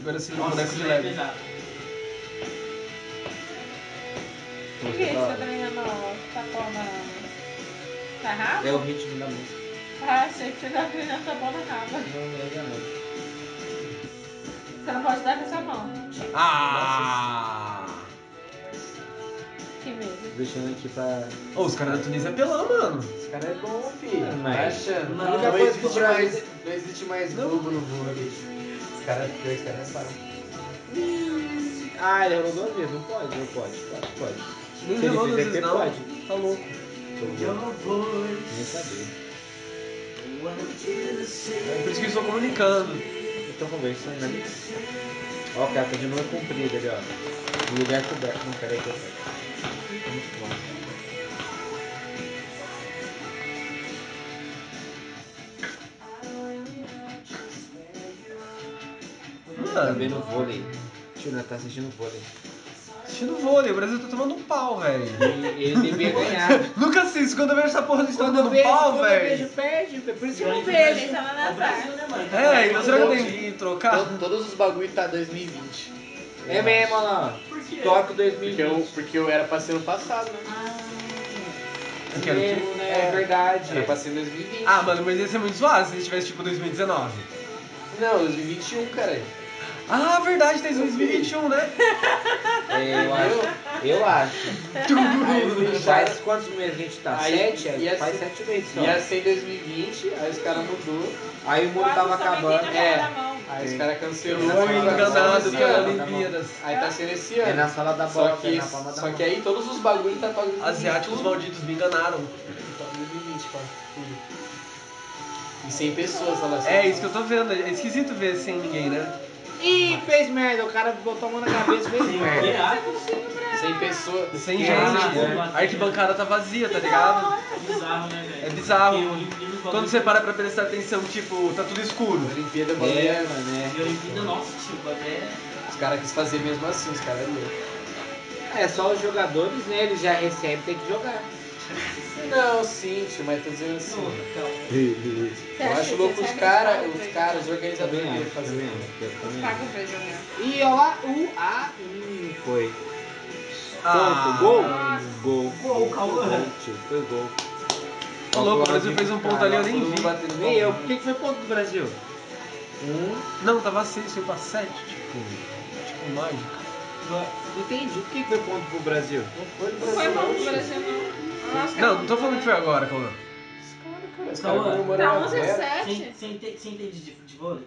Agora sim, um boneco de leve. O que é isso? Tá brincando tá pão na... na raba? É o ritmo da música. Ah, achei que você tava brincando tá pão na raba. Não é não. Você não pode dar com essa mão. Ah! Que medo. Deixando aqui pra. Ô, os caras da Tunísia é pelão, mano. Esse cara é bom, filho. Não, Tá mas- achando? Não, A única não coisa existe que o Brasil- mais- Não existe mais globo no vôlei. Os caras os é caras param. Ah, ele rolou duas vezes. Não pode, não pode, pode, pode. Não Se ele relou duas vezes, fizer aqui, não. pode. Tá louco. Nem sabia. Por isso que eles estão comunicando. Então conversando ali. Ó, o cara tá de novo comprido ali, ó. No lugar coberto. Não, peraí que eu pego. Muito bom. Tá Mano, vendo o vôlei. Tio, né? Tá assistindo o vôlei. assistindo vôlei. O Brasil tá tomando um pau, velho. Ele, ele devia ganhar. Nunca assisto. Quando eu vejo essa porra, eles estão dando pau, velho. perde. Por isso que eu não Ele está lá na Brasil, né, mano? É, então será que tem que trocar? To- Todos os bagulho tá 2020. É mesmo, olha lá. Por quê? Toque Porque é um 2020. eu, porque eu era pra ser no passado, né? Eu quero que- Mesmo, né? É verdade. Era pra ser em 2020. Ah, mano, mas ia ser muito zoado se eles tivessem tipo 2019. Não, 2021, cara. Ah, verdade, tem 2021, né? É, eu acho. Eu acho. Faz quantos meses a gente tá? Aí, sete? Aí, ia faz ser- sete meses só. Ia ser em 2020, aí os caras mudou. Aí o mundo tava acabando. é. É. Mão. Aí Sim. os caras cancelou. Eu Foi fui agora tá enganado sendo esse pela ano. Olimpíadas. Aí tá sendo esse É na ano. sala da bola, Só é que, na palma da só mão. que aí todos os bagulho tá pagando. Asiáticos malditos me enganaram. Tá 2020, cara. Tudo. E 100 pessoas lá lá. É isso que eu tô vendo. É esquisito ver sem ninguém, né? Ih, fez merda. O cara botou a mão na cabeça e fez é. merda. Reais? 100 pessoas. Sem gente. né? Ah, A arquibancada tá vazia, tá ligado? Bizarro, né, velho? É bizarro. Porque Olimpíada, Quando você para pra prestar atenção, tipo, tá tudo escuro. Olimpíada, É, é. Bandeira, mano, E Olimpíada, nossa, tipo, até... os caras quis fazer mesmo assim, os caras é louco. é. É só os jogadores, né? Eles já recebem, tem que jogar. Não, sim, tio, mas tô dizendo assim. Não, então, Você Eu acha acho que louco vocês os sabem caras, fazer os isso? caras, né? os organizadores Também dele acho, também fazendo. acho, eu Eles também acho. pagam pra jogar. E ó lá, o A. Ih, foi. Ah. Ponto, gol. um Gol. Gol, Cauã. Gol, tio, Foi gol. Tá louco, o Brasil fez um ponto ali, eu nem Todo mundo vi. batendo Nem eu. palma. Por que, que foi ponto do Brasil? Um, Não, tava 6, foi pra 7, tipo. Tipo, mágica. Entendi. Por que, que foi ponto pro Brasil? não foi no Não foi Brasil, bom não, pro tio. Brasil, não. Nossa, Não, não tô falando que foi agora, Cauã. Os caras Cauã. comemoram Tá a 11 zero. a 7. Você você ente- você entende de de vôlei?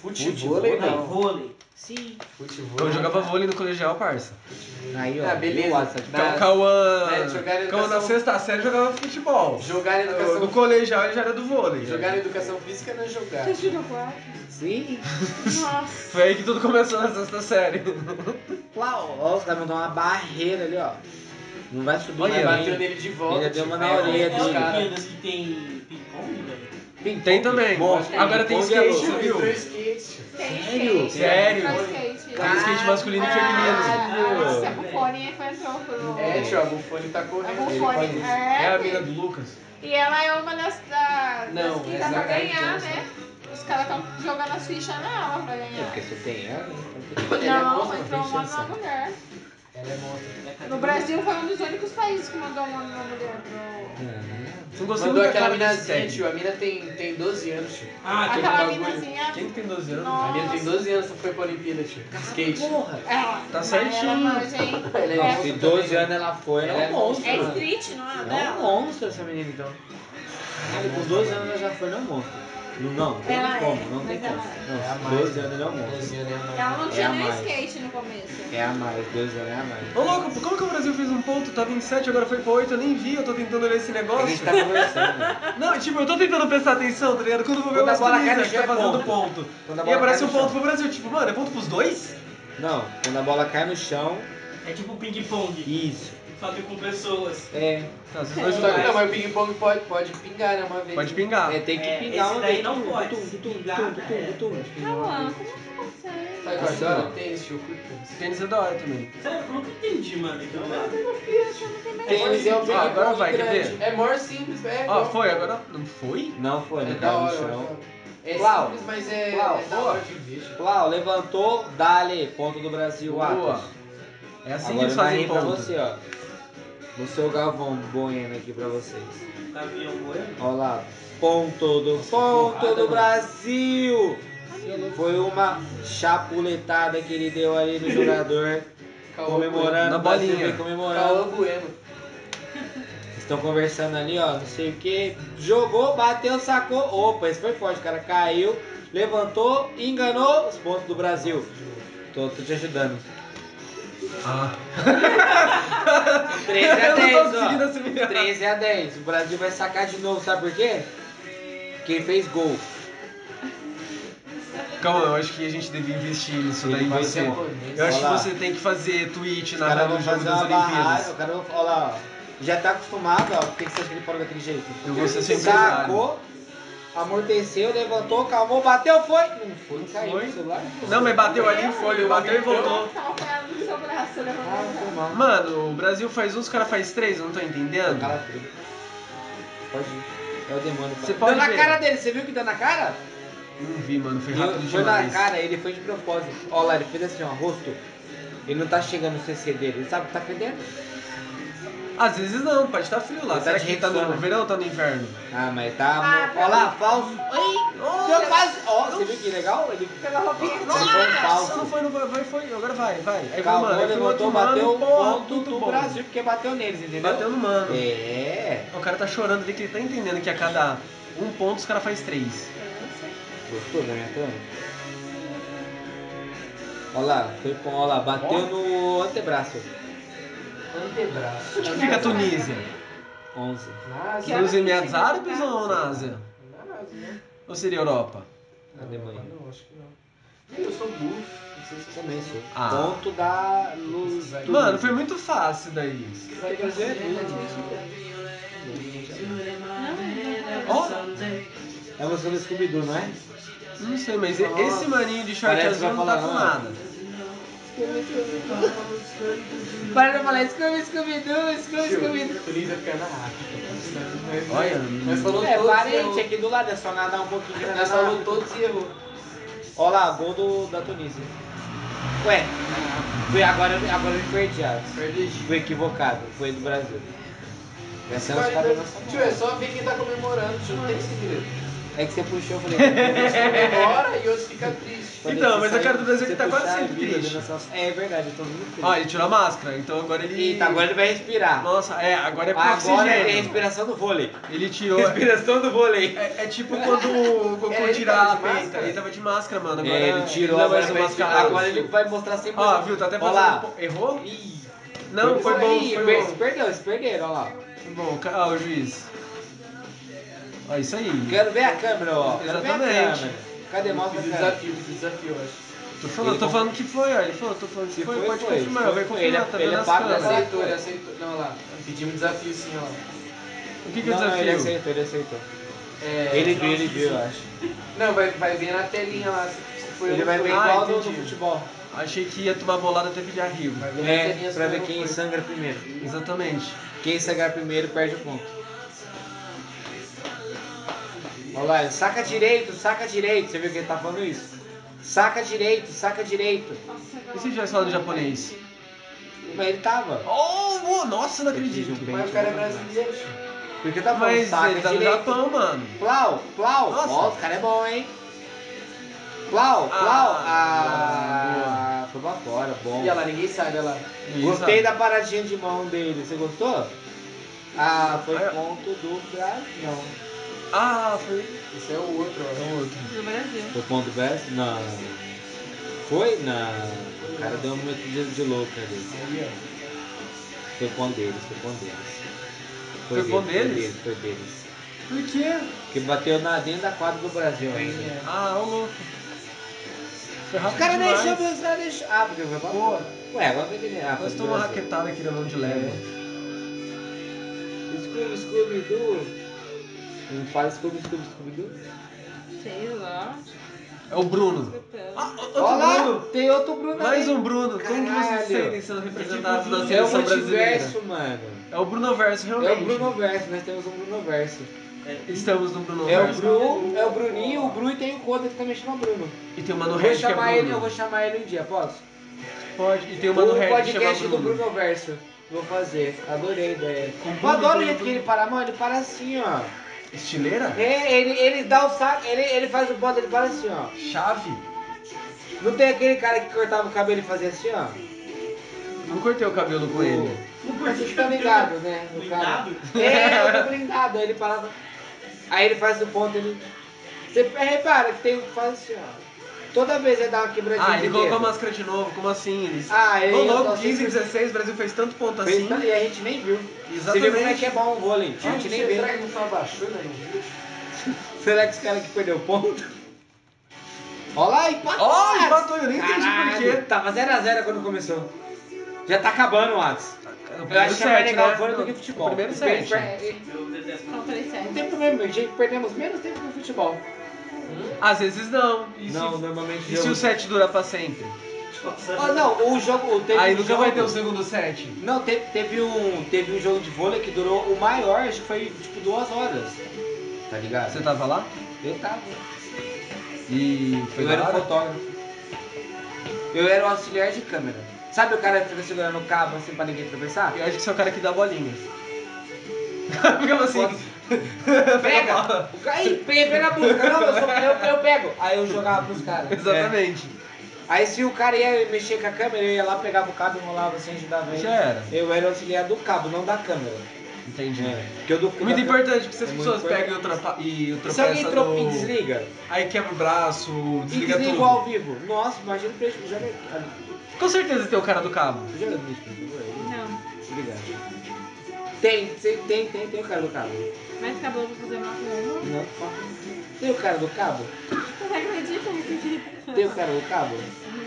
Futevôlei Não, não. vôlei. Sim. Futevôlei. Eu jogava vôlei no colegial, parça. Aí, ó. Ah, beleza. Ca- Ah, Cauã. é, jogaram Cauã na educação. sexta série jogava futebol. Jogar No educação, colegial ele já era do vôlei. jogar educação física não é jogar. Você tirou quatro? Sim. Nossa. Foi aí que tudo começou na sexta série. Lá, ó. ó, Os caras vão dar uma barreira ali, ó. Não vai subir Olha, Aí mais eu- bateu bateu nele de volta. Ainda deu tipo, uma na aí eu orelha É falei pros dele. cara, Olimpíadas que tem ping-pong, velho? Tem também. Agora tem skate, "Tio, viu? entrou skate. Tem Sério? skate. Sério? Faz skate. Tem skate masculino e feminino. Ah, Nossa, a Velho. Bufone entrou pro... É, tio, a Bufone tá correndo. A ele faz Bufone, isso. É a é. amiga do Lucas. E ela é uma das, da, Não, das que essa dá pra é a ganhar, Johnson. né? Os caras estão jogando as fichas nela pra É ganhar. porque você tem ela. né? Ele é Não, monstro, entrou tem uma chance. nova mulher. Ela é monstro. No Brasil foi um dos únicos países que mandou uma nova mulher pro... Ah, Não gostei Mandou muito aquela daquela mina minazinha, tio. A mina tem, tem 12 anos, tio. Ah, tem Aquela bagulho. minazinha... Quem que tem 12 anos? A mina tem Nossa. 12 anos, foi pra Olimpíada, tio. Skate. Porra. Ela, Tá mas certinho. Ela, mas, hein, Ela é é- monstro Se também, 12 né? anos ela foi, ela é Ela é um monstro. É mano. street, não é? Ela é um dela? monstro essa menina, então. Ela com 12 anos ela já foi, não é um monstro. Não, não, não tem Ela é, como, não tem mas ela como. é. Não, É a mais. 12 anos ela é um monstro. 12 anos é a Ela mais. não É tinha a nem mais. skate no começo. É a mais, 12 anos é a mais. Ô louco, como que o Brasil fez um ponto? Tava em 7, agora foi pra 8, eu nem vi, eu tô tentando ler esse A negócio. gente tá conversando. Não, tipo, eu tô tentando prestar atenção, tá ligado? Quando eu vou ver Quando a umas bola cai no tunisas que tá chão, é fazendo ponto. Quando a E bola aparece cai um no ponto chão. pro Brasil, tipo, mano, é ponto pros dois? Não, quando a bola cai no chão, É tipo ping-pong, isso. só que com pessoas. É, Não, se os dois Só que não, jogarem, mas o ping-pong pode, pode pingar, né? Uma vez. pode pingar. é tem que É, pingar esse uma daí vez. não Tum, pode. tum, Se tum, pingar, tum, é. tum, tum, tum. Calma, como é que consegue? Sabe Assim, qual ó. adora? Tênis, tio. eu curto tênis. Tênis é da hora também. Sério, eu nunca entendi, mano. aquilo lá. um Tênis é o Ó, Ah, agora ping-pong vai, quer grande. ver? É maior simples, velho. Ó, foi, agora. Não foi? Não foi, É não da caiu no hora, eu chão. acho. É Uau. simples, mas é, Uau, é na boa. hora de bicho. Uau, levantou, dale, ponto do Brasil, Boa. Atos. É assim Agora que eles vai fazem ir pra ponto. você, ó. No seu Galvão Bueno aqui pra vocês. Gavião Bueno. Ó lá, ponto do ponto porrada, do mano. Brasil. Foi uma chapuletada que ele deu ali no jogador, Caô comemorando, Tá né? Na o Brasil bolinha. vem Bueno. comemorando. Caô Bueno. Estão conversando ali, ó, não sei o que. Jogou, bateu, sacou. Opa, esse foi forte, o cara caiu, levantou, enganou os pontos do Brasil. Tô, tô te ajudando. Ah. 13 a Eu não 10, tô conseguindo ó. assimilar. 13 a 10. O Brasil vai sacar de novo, sabe por quê? Quem fez gol. Calma, eu acho que a gente devia investir nisso Ele daí vai você. ser japonês. Eu acho que Olha lá. você tem que fazer tweet Os caras narrando vão o jogo fazer das uma barragem. Olimpíadas. O cara vai- ó lá, ó. Já tá acostumado, ó. Por que que você acha que ele falou daquele jeito? Eu vou ser seu empresário. Sacou, amorteceu, levantou, calmou, bateu, foi. Não foi, não caiu Foi. no celular. Não, mas bateu ali, foi, bateu e voltou. Saltaram no seu braço, né? Ah, foi mal. Mano, o Brasil faz um, os caras faz três, eu não tô entendendo. Cara fria. Pode ir. É o demônio. Você cara. pode deu na ver. cara dele, você viu que deu na cara? Não vi, mano, foi Deu- rápido foi na demais. cara, ele foi de propósito. Olha lá, ele fez assim, ó, rosto. Ele não tá chegando no CC dele, ele sabe que tá fedendo. Às vezes não, pode estar frio lá. Ele tá Será de que ele tá no rexona. verão ou tá no inverno? Ah, mas tá. Ah, mo- Olha lá, falso. Ai, deu quase. Ó, você viu que legal? Ele Pela roupinha que Nossa, tinha. foi falso. Não foi, não foi, vai, foi, agora vai, vai. Aí calmou, vai, mano, aí foi o outro levantou, mano, bateu o porra, ponto tudo do bom. Brasil, porque bateu neles, entendeu? Bateu no mano. É. O cara tá chorando ali que ele tá entendendo que a cada um ponto os caras faz três. Gostou da minha trama? Olha lá, foi com. Olha lá, bateu no antebraço. Antebraço. Onde fica a Tunísia? 11. Mas, Que é- Nos Emirados Árabes ou na Ásia? Ou seria Europa? Não, Alemanha. né? Ah, Não, acho que não. Ih, Eu sou burro. Não sei se Também sou. Ah. Ponto da luz. Mano, foi muito fácil daí. vai fazer. Ó, É a música do Scooby-Doo, não é? não sei, mas e- Nossa. esse maninho de short Parece que azul não vai tá com falar, nada. Para de falar Scooby, Scooby-Doo, Scooby, Scooby-Doo. Feliz vai ficar na África. Olha, Nós falou É todos parente errou. aqui do lado, é só nadar um pouquinho. que Nós tá na- falou todos e errou. Olha lá, gol do, da Tunísia. Ué, foi agora, agora eu me perdi, ah. Perde Egito. Fui equivocado, foi do Brasil. Essa é uma escada Tio, é nacional. só ver quem tá comemorando. Tio, não tem segredo. É que você puxou, eu falei. "Puxa, Comemora e outros ficam tristes. falei, Então, você mas a cara saiu- do Brasil você que tá quase puxar a sempre vida triste. da nossa- É verdade, eu tô muito triste. Ó, ele tirou a máscara, então agora ele. Eita, agora ele vai respirar. Nossa, é, agora é com Agora é oxigênio. respiração do vôlei. Ele tirou. Respiração do vôlei. É, é tipo quando o Goku É, ele tirar a tava de peita. máscara? Ele tava de máscara, mano. Agora É, ele tirou, ele não vai agora, ser vai respirar. mascarado. agora ele vai mostrar sempre. Ó, viu, tá até Olha lá. fazendo. um po- Errou? Ih, Não, foi bom, Ih, foi per- bom. Perdeu, eles perderam, olha lá. Foi bom, ca- ó, o juiz. Ó, isso aí. Quero ver a câmera, ó. Quero ver a Exatamente. câmera. Cadê? Mostra a câmera. Desafio, desafio, acho. Tô falando, Ele tô com- falando que foi, ó. Ele falou, tô falando que Se foi, foi, pode foi. confirmar, Foi, vai foi. confirmar, Ele é- tá ele vendo é as pago pra câmeras. ser- Aceitou, ele aceitou. Não, olha lá. Pedimos desafio sim, olha lá. O que que é o Não, Ele desafio? aceitou, ele aceitou. É, tá Ele viu, ele viu, eu acho. Não, vai, vai ver na telinha lá se se foi Ele ou vai não ver foi. Ah, igual do, do entendi. futebol. Achei que ia tomar bolada até pedir arrego. Vai ver na telinha É, pra se foi ou ver não quem foi. sangra primeiro. Exatamente. Quem sangrar primeiro perde o ponto. Olha lá, saca direito, saca direito. Você viu que ele tá falando isso? Saca direito, saca direito. E se tivesse falado em japonês? Mas ele tava. Oh, oh, nossa, não acredito. Mas o cara é brasileiro. tio. Porque tá falando Mas saca ele tá no direito. Japão, mano. Plau, plau. Nossa. Ó, o cara é bom, hein? Plau, plau. Ah, Ah, foi pra fora, bom. E olha lá, ninguém sabe, olha lá. é Gostei da paradinha de mão dele. Você gostou? Ah, foi Ah, é. ponto do Brasil. Não. Ah, foi. Esse é o outro, ó. No Brasil. Foi ponto do Brasil? Não. Foi? Não. O cara deu uma medida de louco ali. Aí, ó. Foi ponto deles, foi ponto deles. Foi ponto deles? Foi deles, foi deles. Por quê? Porque bateu na dentro da quadra do Brasil. Aí, né? ó. Ah, ô louco. Foi Os rápido caras demais. deixam, os caras deixam. Ah, porque foi pra Boa. Ué, agora vai ter Ah, é. Nós foi tomamos uma Brasil. raquetada aqui na mão de leve. Scooby, Scooby, Doo. Não fala Scooby, Scooby, Scooby, Doo. Sei lá. É o Bruno. Ah, o- outro Olha Bruno. lá, tem outro Bruno Mais ali. um Bruno. Como que vocês Caralho. se sentem sendo representados na É o seleção brasileira? multiverso, mano. É o Bruno Verso, É realmente. o Bruno Verso, nós temos um Bruno Verso. Estamos no Bruno É o Verso. Bru, é o Bruninho, o Bru e tem o Coda que também chama Bruno. E tem o Mano Eu vou Red que é chamar ele, eu Bruno. vou chamar ele um dia, posso? Pode. um E tem o O Mano Red que chama podcast do Bruno. Bruno Verso. Vou fazer. Adorei a ideia. Com Eu Bruno, adoro o Bruno, jeito que Bruno. ele para, mano. Ele para assim, ó. Estileira? É, ele, ele dá o saco, ele, ele faz o bota, ele para assim, ó. Chave? Não tem aquele cara que cortava o cabelo e fazia assim, ó? Não cortei o cabelo com ele. Não Mas curti Vocês estão ligados, né? No cara. Blindado? É, eu tô blindado. Aí ele parava. Aí ele faz o ponto, ele. Você repara que tem um que faz assim, ó. Toda vez ele dá uma quebradinha. Ah, ele de colocou a dedo. máscara de novo, como assim? Eles... Ah, ele. Ô, louco, eu- 15, 16, o Brasil fez tanto ponto Fez assim. tanto- E a gente nem viu. Você viu como é que é Exatamente. bom o vôlei? A gente nem vê. Será que não só abaixou, né? Não viu? Será que esse cara que perdeu o ponto? Olha lá, empatou! Ó, Atos. empatou, eu nem entendi por Caralho, quê. Tava 0x0 quando começou. Já tá acabando o Atos. Eu acho que é mais legal vôlei do que futebol. né? Primeiro Porque set. per- Eu detesto. São três Não sete. tem problema, gente. Perdemos menos tempo que o futebol. Às vezes não. E se- normalmente. E se o set durar pra sempre? Nossa. Ah, não, o jogo. Teve Aí um nunca jogo- vai ter o segundo set. Não, teve, teve, um, teve um jogo de vôlei que durou o maior, acho que foi tipo duas horas. Tá ligado? Você tava lá? Eu tava. E foi eu da era um hora? fotógrafo. Eu era um auxiliar de câmera. Sabe o cara que fica segurando o cabo assim pra ninguém atravessar? Eu acho que você é o cara que dá bolinha. Ficava assim. Pega! O cara, "Ih, pe- pega a busca! Não, eu, sou- eu- eu pego! Aí eu jogava pros caras. É. Exatamente. Aí se o cara ia mexer com a câmera, eu ia lá, pegava o cabo, enrolava assim, ajudava ele. Já era. Eu era auxiliar do cabo, não da câmera. Entendi. Porque eu do Muito da- importante que se as É muito pessoas importante. pegam e ultrapa- e Se alguém ultrapassam. tropa e no- desliga, Aí quebra o braço, e desliga desliga, tudo. ao vivo. Nossa, imagina o prejuízo. Joga ali. Com certeza tem o cara do cabo. Joga ali, por favor. Não, Obrigado. Tem, tem, tem, tem, tem o cara do cabo. mas acabou pra fazer uma coisa. Não. Tem o cara do cabo? Você não acredita nisso aqui? Tem o cara do cabo?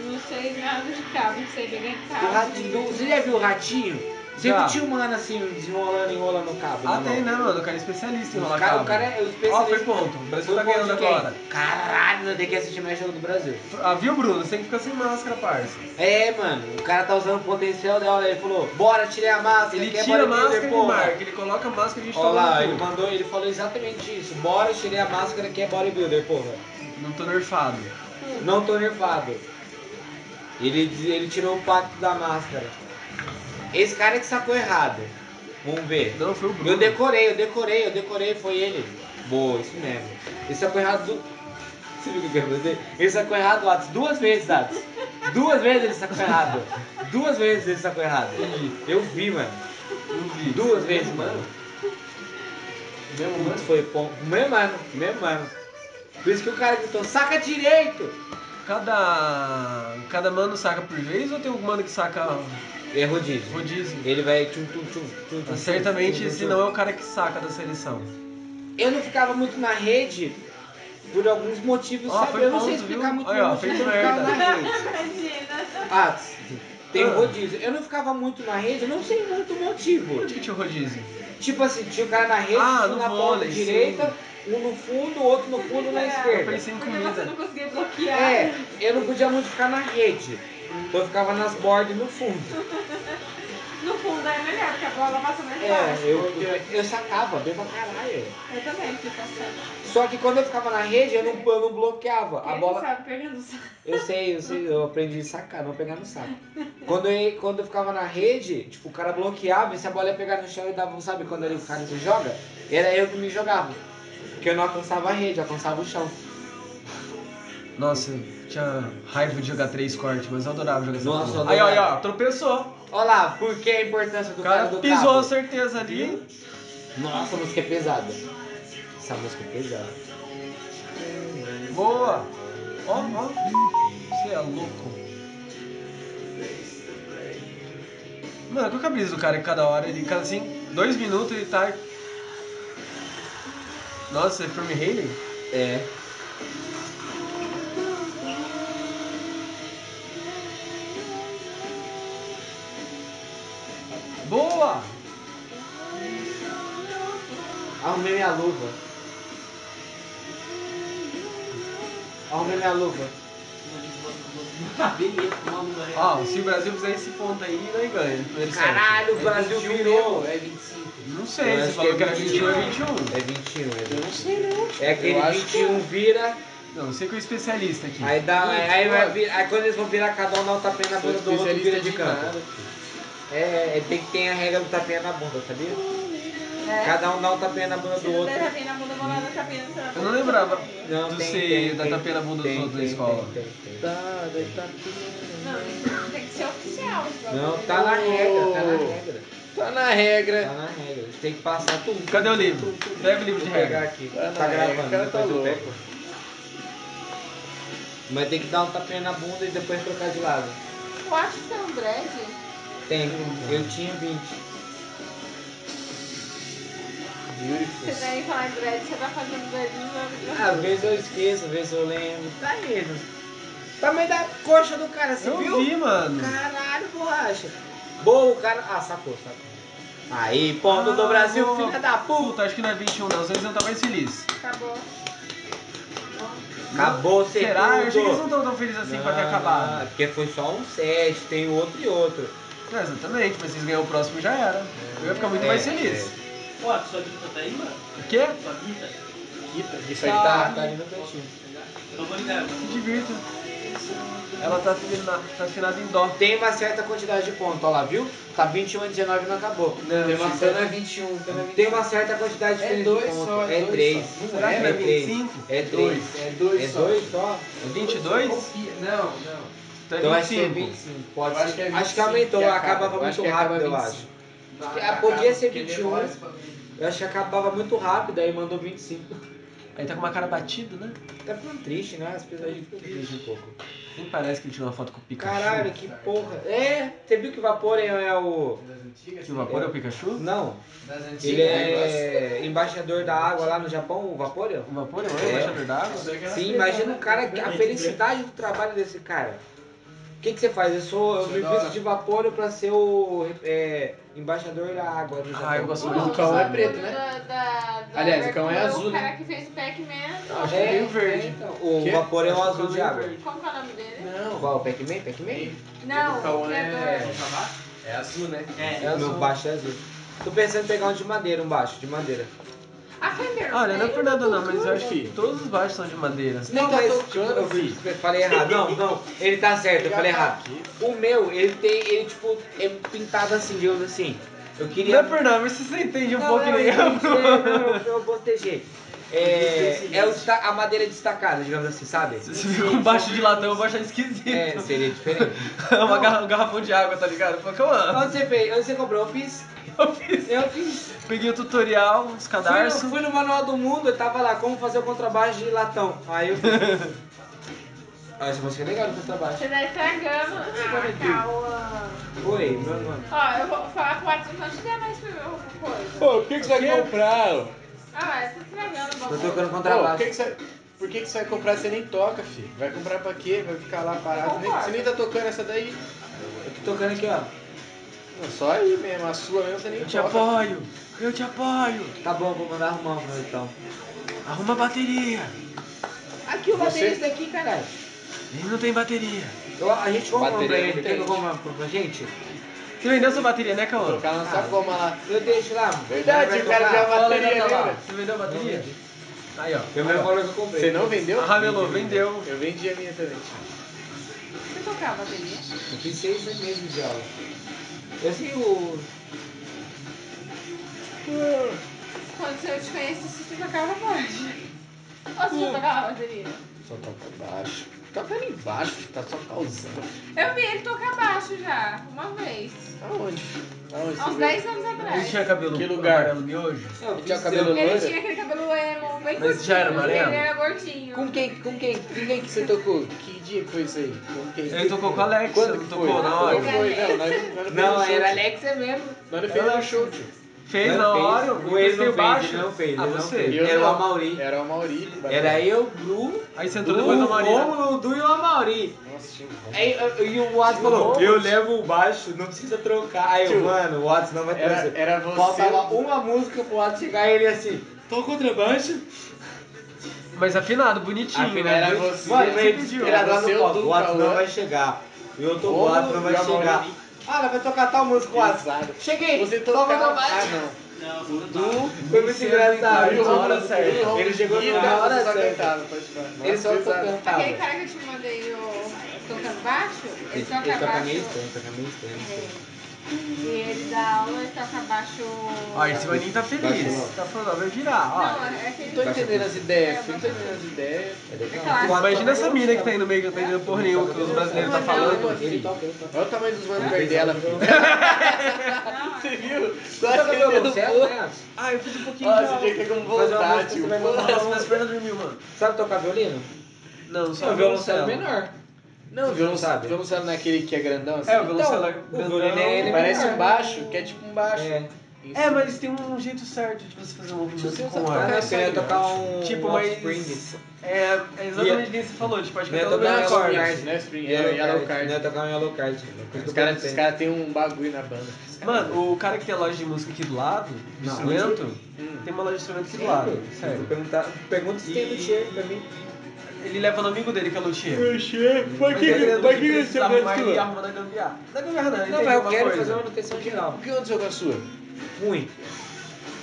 Não sei nada de cabo, não sei pegar O cabo. ratinho. Você já viu o ratinho? Já. Sempre tinha um mano assim, desenrolando, enrolando o cabo. Ah, na mão. tem, né, mano? O cara é especialista em O rolar cara, cabo. o cara é o Ó, especialista. foi ponto. O Brasil Foi tá ponto ganhando de quem? agora. Caralho, eu tenho que assistir mais jogo do Brasil. Ah, viu, Bruno? Você tem que ficar sem máscara, parça. É, mano, o cara tá usando o potencial dela. Ele falou, bora, tirei a máscara. Ele que é tira a bodybuilder, máscara e porra." marca. Ele coloca a máscara e a gente Olha lá, tá ele no cu. mandou, ele falou exatamente isso. Bora, eu tirei a máscara que é bodybuilder, porra. Não tô nerfado. Não tô nervado. Ele, diz- ele tirou o pacto da máscara. Esse cara que sacou errado. Vamos ver. Não, foi o Bruno. Eu decorei, eu decorei, eu decorei, foi ele. Boa, isso mesmo. é Ele sacou errado. Du... Você viu é o que eu ia fazer? Ele sacou errado, Atos. Duas vezes, Atos. Duas vezes ele sacou errado. Duas vezes ele sacou errado. Eu vi, mano. Não vi. Duas vezes, mano. Mesmo, Putz, mano? foi bom. Mesmo ano, mesmo ano. Por isso que o cara gritou, saca direito! Cada. Cada mano saca por vez ou tem um mano que saca É rodízio. rodízio? Ele vai tchum, tchum, tchum, tchum, tchum, Certamente tchum, tchum, esse tchum. não é o cara que saca da seleção. Eu não ficava muito na rede por alguns motivos, Ó, sabe? Ah, foi Eu não sei ponto, explicar viu? muito Aí, ó, bem, fez eu não ficava merda. na rede. Imagina. Ah, tem Ah. rodízio. Eu não ficava muito na rede, eu não sei muito o motivo. Onde que tinha o rodízio? Tipo assim, tinha o cara na rede, Ah, tinha um no na ponta vôlei, sim. direita, um no fundo, outro no fundo na Eu Eu esquerda. pensei em Porque você Tá comida. não conseguia bloquear. É, eu não podia muito ficar na rede. Então eu ficava nas bordas e no fundo. No fundo é melhor, porque a bola passa mais É, fácil. eu, eu sacava bem pra caralho. Eu também fico assim. Só que quando eu ficava na rede, eu não, eu não bloqueava. A Ele bola, sabe pegar no saco. Eu sei, eu sei, eu aprendi a sacar, não pegar no saco. Quando eu, quando eu ficava na rede, tipo, o cara bloqueava e se a bola ia pegar no chão e dava, um- sabe quando ele, o cara se joga? Era eu que me jogava. Porque eu não alcançava a rede, eu alcançava o chão. Nossa, eu tinha raiva de jogar três cortes, mas eu adorava jogar essa Nossa, porra. eu Aí, ó, aí, adorava. ó, tropeçou. Olha lá, por que a importância do O cara, cara do pisou a cabo? certeza ali. Nossa, a música é pesada. Essa música é pesada. Boa. Ó, ó. Você é louco. Mano, qual que é a brisa do cara que cada hora ele, cada assim, dois minutos ele tá. Nossa, é Firm Haley? É. Boa! Arrumei minha luva. Arrumei minha luva. Beleza, uma luva real. né, Ó, se o Brasil fizer esse ponto aí, nós ganha. Primeiro set. Caralho, o É Brasil 21 virou. mesmo, É 25. Não Eu sei, você acho falou que que é era 21 é 21. É 21, Eu é. não sei não. É aquele Eu acho 21 vira, Não, eu sei que é um especialista aqui. aí dá. Muito Aí, vai bom. vir- aí quando eles vão virar, cada um dá um tapinha na Sou bunda do outro vira especialista de de canto. nada. É, é, tem que ter a regra do tapinha na bunda, sabia? É. Cada um dá um tapinha na bunda Se do não der outro. tapinha na bunda, eu vou lá dar tapinha na bunda. Eu não lembrava. Não, Do tem, ser- tem, da tem, tapinha na bunda dos tem, outros da tem, escola. tem, tem, tem. Tá, daí tá aqui. Não, isso tem que ser oficial. esse bagulho. Não, tá na regra, tá na regra. Tá na regra. Tá na regra. Eles têm que passar tudo. Cadê o livro? Pega o livro de Vou pegar regra. aqui. Tá Tá na gravando, regra, tá depois eu louco. pego. Mas tem que dar um tapinha na bunda e depois trocar de lado. Eu acho que é um dread. Tem, eu tinha 20. Beautiful. Você daí falar em dread, você vai fazer um dreadinho e vai Ah, Às vezes eu esqueço, às vezes eu lembro. Tá aí. Tamanho da coxa do cara, você Eu viu? vi, mano. Caralho, borracha. Boa, o cara. Ah, sacou, sacou. Aí, ponto do Brasil, Ah, filha da puta. Puta, acho que não é 21 não, senão eles não tá mais felizes. Acabou. Acabou o Será? Eu achei que eles não segundo. estão tão felizes assim pra ter Não, acabado. Porque foi só um set, tem outro e outro. Não, exatamente, mas se eles ganharem o próximo já era. Eu ia ficar muito É, mais é. feliz. Ó, sua guita tá aí, mano? O quê? Sua guita? Quita, Isso aí tá, tá ali no cantinho. Então vou ligar, mano. Se divirta. Ela tá afinada, tá afinada em dó. Tem uma certa quantidade de ponto, ó lá, viu? Tá 21 a 19 não acabou. Não, Tem uma Chico. cena 21, cena 21. Tem uma certa quantidade de É ponto. dois só, é é dois 3. só. Será que é não é 3. 25? É dois. 3. É dois É só. 2 só? É 22? Confia. Não, não. Então Então é acho que é 25. 25. Pode Eu acho ser. que é acho que 25 aumentou, que acaba. acabava Eu É, acho muito que acaba rápido, eu 25. acho. Não, Ah, acaba, podia ser porque 21. demora pra mim. Eu acho que acabava muito rápido, aí mandou 25. Aí tá com uma cara batida, né? Tá ficando triste, né? As pessoas ficam tristes um pouco. Nem parece que ele tirou uma foto com o Pikachu. Caralho, que porra. É, você viu que o Vapor é, é o. Das antigas? Que o vapor é o Pikachu? Não, Das antigas? ele negócio. é embaixador da água lá no Japão, o Vapor? O vapor é o É. embaixador d'água? Isso aí que era Sim, feio, imagina né? o cara, a felicidade do trabalho desse cara. O que, que você faz? Eu sou eu me visto de vapor pra ser o é, embaixador da água. do Japão. Ah, eu gosto muito O do cão é Samu. preto, né? Da, da, da Aliás, o cão é abertura, azul, O cara né? que fez o Pac-Man. Ah, acho que É, tem o verde. é, então. O Quê? vapor é um Acho que azul o de cão é água. verde. Como que é o nome dele? Não. Qual? Pac-Man? Pac-Man? Não, O cão o é- criador. É azul, né? É. É azul. meu baixo é azul. Tô pensando em pegar um de madeira, um baixo, de madeira. A Fender. Olha, não é por nada não, mas eu acho que filho. todos os baixos são de madeira. nem tá tocando, eu vi- filho. eu falei errado. Não, não, ele tá certo, eu falei errado. O meu, ele tem, ele tipo, é pintado assim, digamos assim. Eu Não queria é por nada, mas você entende um Não, pouco não, nem eu. entendi, é, não, eu, eu botejei. É, é o desta- a madeira destacada, digamos assim, sabe? Se você vir com baixo de latão, eu vou achar esquisito. É, seria diferente. Uma garra- um garrafão de água, tá ligado? Fala, "Come on." Onde você fez? Onde você comprou? Eu fiz. Eu fiz. Eu fiz. Peguei o tutorial, uns Fui no, cadarços. fui no Manual do Mundo, eu tava lá, como fazer o contrabaixo de latão. Aí eu fiz. Ah, essa música é legal no contrabaixo. Você tá estragando. Ah, Cauã. Oi, meu nome. Ó, eu vou falar com o então, Watson, não te der mais primeiro coisa. Pô, o que, que você vai comprar? ô? Ah, você tá estragando o Tô bagulho. tocando Pô, por contrabaixo. que, que você... Por que, que você vai comprar? Você nem toca, filho. Vai comprar pra quê? Vai ficar lá parado. Nem- Você nem tá tocando essa daí. Eu tô tocando aqui, ó. Não, só aí mesmo. A sua mesmo você nem Eu te toca. apoio, eu te apoio. Tá bom, vou mandar arrumar um então. Arruma a bateria. Aqui o Você- baterista aqui, caralho. Ele não tem bateria. Eu- a gente compra um pra Bateria não ele. Quer que eu tem. compre uma pra gente? Você vendeu sua bateria, né, Caô? Colocar na sacoma lá. Eu deixo lá. Verdade, Vai o cara tocar. já Fala, bateria, Renata, lá. lembra? Você vendeu a bateria? Aí, ó. Meu mesmo valor que eu né? comprei. Você não vendeu? Ah, Ramelô, vendeu. Eu vendi a minha também. Você tocava a bateria? Eu fiz seis meses de aula. Eu sei o. Quando eu te conheci, você tocava baixo. Ou você não tocava bateria? Só toca baixo. Toca ali embaixo, tá só causando. Eu vi ele tocar baixo já, uma vez. Aonde? Aonde? Há uns você 10 anos Ele É. atrás. tinha cabelo Que lugar? amarelo miojo? Eu tinha cabelo- Ele loiro? tinha aquele cabelo emo, bem Mas já era curtinho, amarelo? Ele era gordinho. Com quem, com quem, com quem que você tocou? Que dia que foi isso aí? Com quem? Ele tocou com a Alexa, Quando não que tocou foi? na hora? é Quando foi? Não, nós, nós Não, fizemos era show, Alexa mesmo. tio. Nós não fizemos Ela- show, tio. Fez Não na fez. hora, O ele não veio fez, baixo. ele não fez, ele Ah, não você. fez. Eu Era o não. Amauri. Era o Mauri. Era eu, o Blue. Aí sentou O depois do né? marido. Romulo, o Du e o Amauri. Nossa, tinha um Aí, eu- E o Watts falou: Eu levo o baixo, não precisa trocar. Aí, eu, Tio. mano, o Watts não vai Era, trazer. era você. Faltava uma música pro Watts chegar e ele assim: Tô contrabaixo. Mas afinado, bonitinho. Afinado, né? era você. Mano, mas Você ele pediu. era lá um no Você, o palco. Du, O Watts não Cauã. vai chegar. E outro Romulo, Watts não vai e o Amauri. chegar. Ah, ela vai tocar tal música, Watts. Exato. Cheguei! Você Toma tocava. meu baixo. Ah, não. Não, tá. só Dudu cantar. foi muito engraçado. Aí o na Ronald- hora certa. Ele chegou na hora só certa. cantava, pode falar. Ele só Nossa, exato. cantava. Aquele cara que eu te mandei o tocando baixo, ele, Ele toca toca baixo. É. meio estranho, toca meio estranho. E ele dá aula e toca baixo. Ó, esse maninho tá feliz. Tá falando, ó, vai virar, Não, ó. é Não tô aquele. entendendo as ideias, filho, não tô entendendo as ideias. É legal. Claro. Imagina essa mina que tá aí no meio, que não tá entendendo porra nenhuma que os brasileiros tá falando. Ele toca, ele toca. Olha o tamanho dos manos verdes dela, filho. Não, Você viu? Só Toca que ele violão, não certo, né? Ah, eu fiz um pouquinho Ó, de esse dia que é Fazer com uma música, vontade, você vai mandar Nossa, uma- minhas pernas dormiu, mano. Sabe tocar violino? Não, só É o violoncelo menor. menor. Não, Você não sabe. O violoncelo não é aquele que é grandão assim? É, o violoncelo Então, o violino é ele Parece menor. um baixo, que é tipo um baixo. É. É, mas tem um jeito certo de você fazer um Você movimento com Tipo sabe ar. tocar, né? Queria tocar um Tipo, Offspring. mas. É, é exatamente o que você falou, tipo, acho que Ia até tocar lugar Yellow acorda. Card. Né, Spring? Yellow É, Yellow Card, né? Card. Tocar um Yellow Card. Os caras os caras têm um bagulho na banda. Mano, o cara que tem a loja de música aqui do lado, de Não. instrumento, Hum. tem uma loja de instrumento aqui do lado. Sério. Perguntar, pergunta se tem E- luthier pra mim. Ele leva no amigo dele, que é luthier. Por Mas que ele é que- por que é que luthier, você tá fez mais aquilo? e arruma na gambiarra. Na gambiarra não, ele Não, tem mas eu alguma quero coisa. fazer uma manutenção geral. O que aconteceu com a sua? um- Ruim.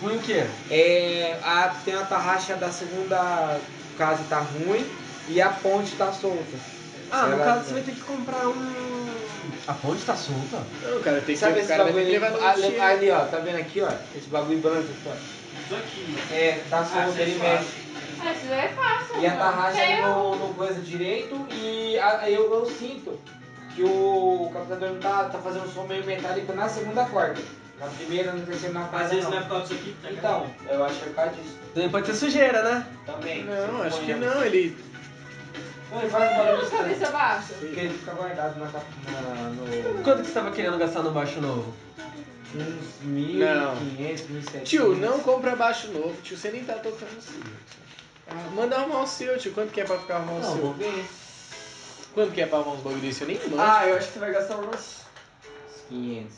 Ruim o quê? É, a, tem a tarraxa da segunda casa tá ruim e a ponte tá solta. Ah, no Ela- caso você vai ter que comprar um... A ponte tá solta? Não, cara, tem que Sabe o esse cara vai ter bagulho que ali, levar no ali, lixeiro. ali, ó, tá vendo aqui, ó? Esse bagulho branco aqui, ó. Isso aqui, mano. É, tá solto, isso é ele suave. mexe. Ah, isso é fácil. E a mano. é tarraxa Tem um- não, não coisa direito e a- eu, eu sinto que o captador não tá, tá fazendo um som meio metálico na segunda corda. Na primeira, na terceira, na quarta. Às vezes não. não é por causa disso aqui. tá ligado? Então, eu acho que é por causa disso. Também pode ter sujeira, né? Também. Não, acho que suponhamos. não, ele... Não, ele faz um Não, barulho não, estranho. cabeça baixa. Porque ele fica guardado na, cap- na, no... Quanto que você tava querendo gastar no baixo novo? Uns Não. 1.500, 1.700. Tio, não compra baixo novo, tio, você nem tá tocando assim. Ah, Manda arrumar o seu, tio. Quanto que é pra ficar arrumar o Não, vou seu? ver. Quanto que é pra arrumar uns bagulho desse? Eu nem mando. Ah, eu acho que você vai gastar uns... 500.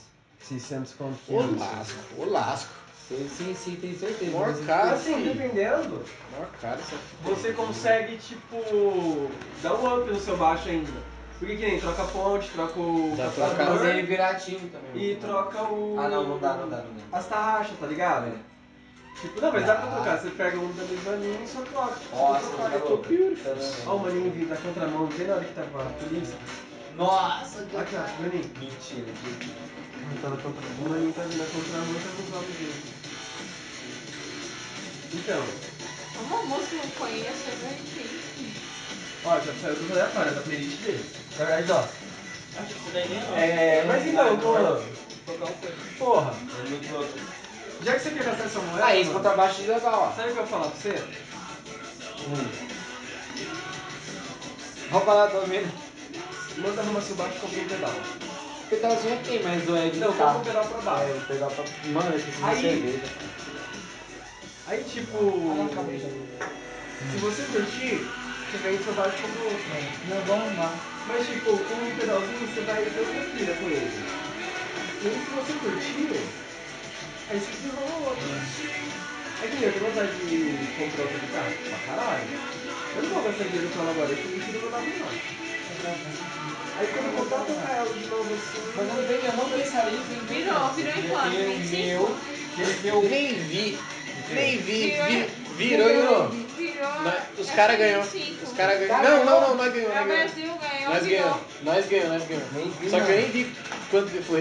600 conto. Ô lasco, ô lasco. Sim, sim, sim, tenho certeza. Mó mas- caro, Assim, filho. dependendo... Mó caro essa você consegue, tipo, dar um up no seu baixo ainda. Porque que nem troca a ponte, troca o Dá pra captador Mas ele virar time também. e troca o. Ah, não, não dá, não dá, não dá. As tarraxas, tá ligado? Tipo, não, mas dá pra trocar. Você pega um da mesma linha e só troca. Ah. Nossa, Só tá troca. louco. Ó, o maninho vindo da contramão, não tem nada que tá com a polícia. Nossa, que Aqui, ó, maninho. Mentira. Ah, Tá na contramão. O maninho tá vindo da contramão, tá com os olhos dele. Então, É Uma música que eu não conheço, é eu não entendo. ó, já saiu tudo aleatório, é da playlist dele. Na verdade, ó. Acho que isso daí nem é. É, mas então, Bruno, Tocar um coisa. porra. É muito louco. Já que você quer gastar essa moeda, Ah, esse mano, contrabaixo de legal, ó. sabe o que eu vou falar pra você? Hum. Vamos falar também. um Manda arrumar seu baixo e compra um pedal. Pedalzinho aqui, mas não é de Não, Tá. compra um carro. pedal pra É, baixo. eu pegar pra... Mano, eu esqueci Aí. de cerveja. Aí, tipo, Ah, não, acabei já. se você curtir, você vende seu baixo e compra outro. né? Não, vamos arrumar. Mas, tipo, com um pedalzinho, você vai ter outra trilha com ele. E aí, se você curtir, aí você desenrola outro. É que nem eu tenho vontade de comprar outra guitarra pra caralho. Eu não vou gastar dinheiro com ela agora, eu tenho que ir no meu Aí quando eu voltar a tocar ela de novo assim... Mas eu não vejo, eu não pensaria em Virou, virou em quanto? Ele 25? viu, ele viu. Nem vi, nem vi, Virou vi- em- virou de novo. Virou. Nós- Os é caras ganhou. 25. Os caras ganhou. Cara, Não, não, não, ganhou. nós ganhamos. É, O Nós ganhamos. Brasil ganhou, Nós virou. ganhamos, nós ganhamos, nós ganhamos. Nem vi, Só que eu não. nem vi quanto que foi.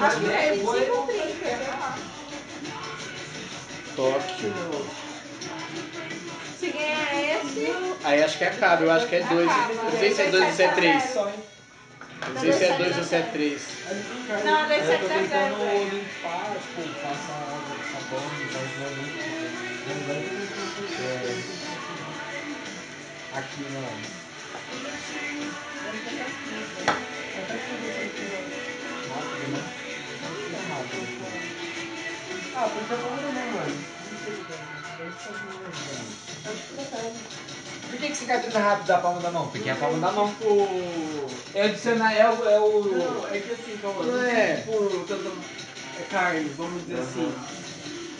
Acho que é Depois 25 ou eu- 30. né? Tóquio. Se ganhar esse, Aí acho que acaba, eu acho que é Tá dois. Acaba. Não sei se é dois ou se é três. Não sei se é dois ou se é três. não, desse Eu tô até tentando zero. né? limpar, tipo, passar água, sabão, mas não é muito. Não vai ter muito é, Aqui não. Rápido, né? Muito rápido. Ah, pois é bom também, mano. Por que, que cicatriza rápido da palma da mão? Porque é a palma da mão. Tipo... É o dicionário, é o. É Não, o... é que assim, calma. Não não é. Tipo, tanto... É carne, vamos dizer assim.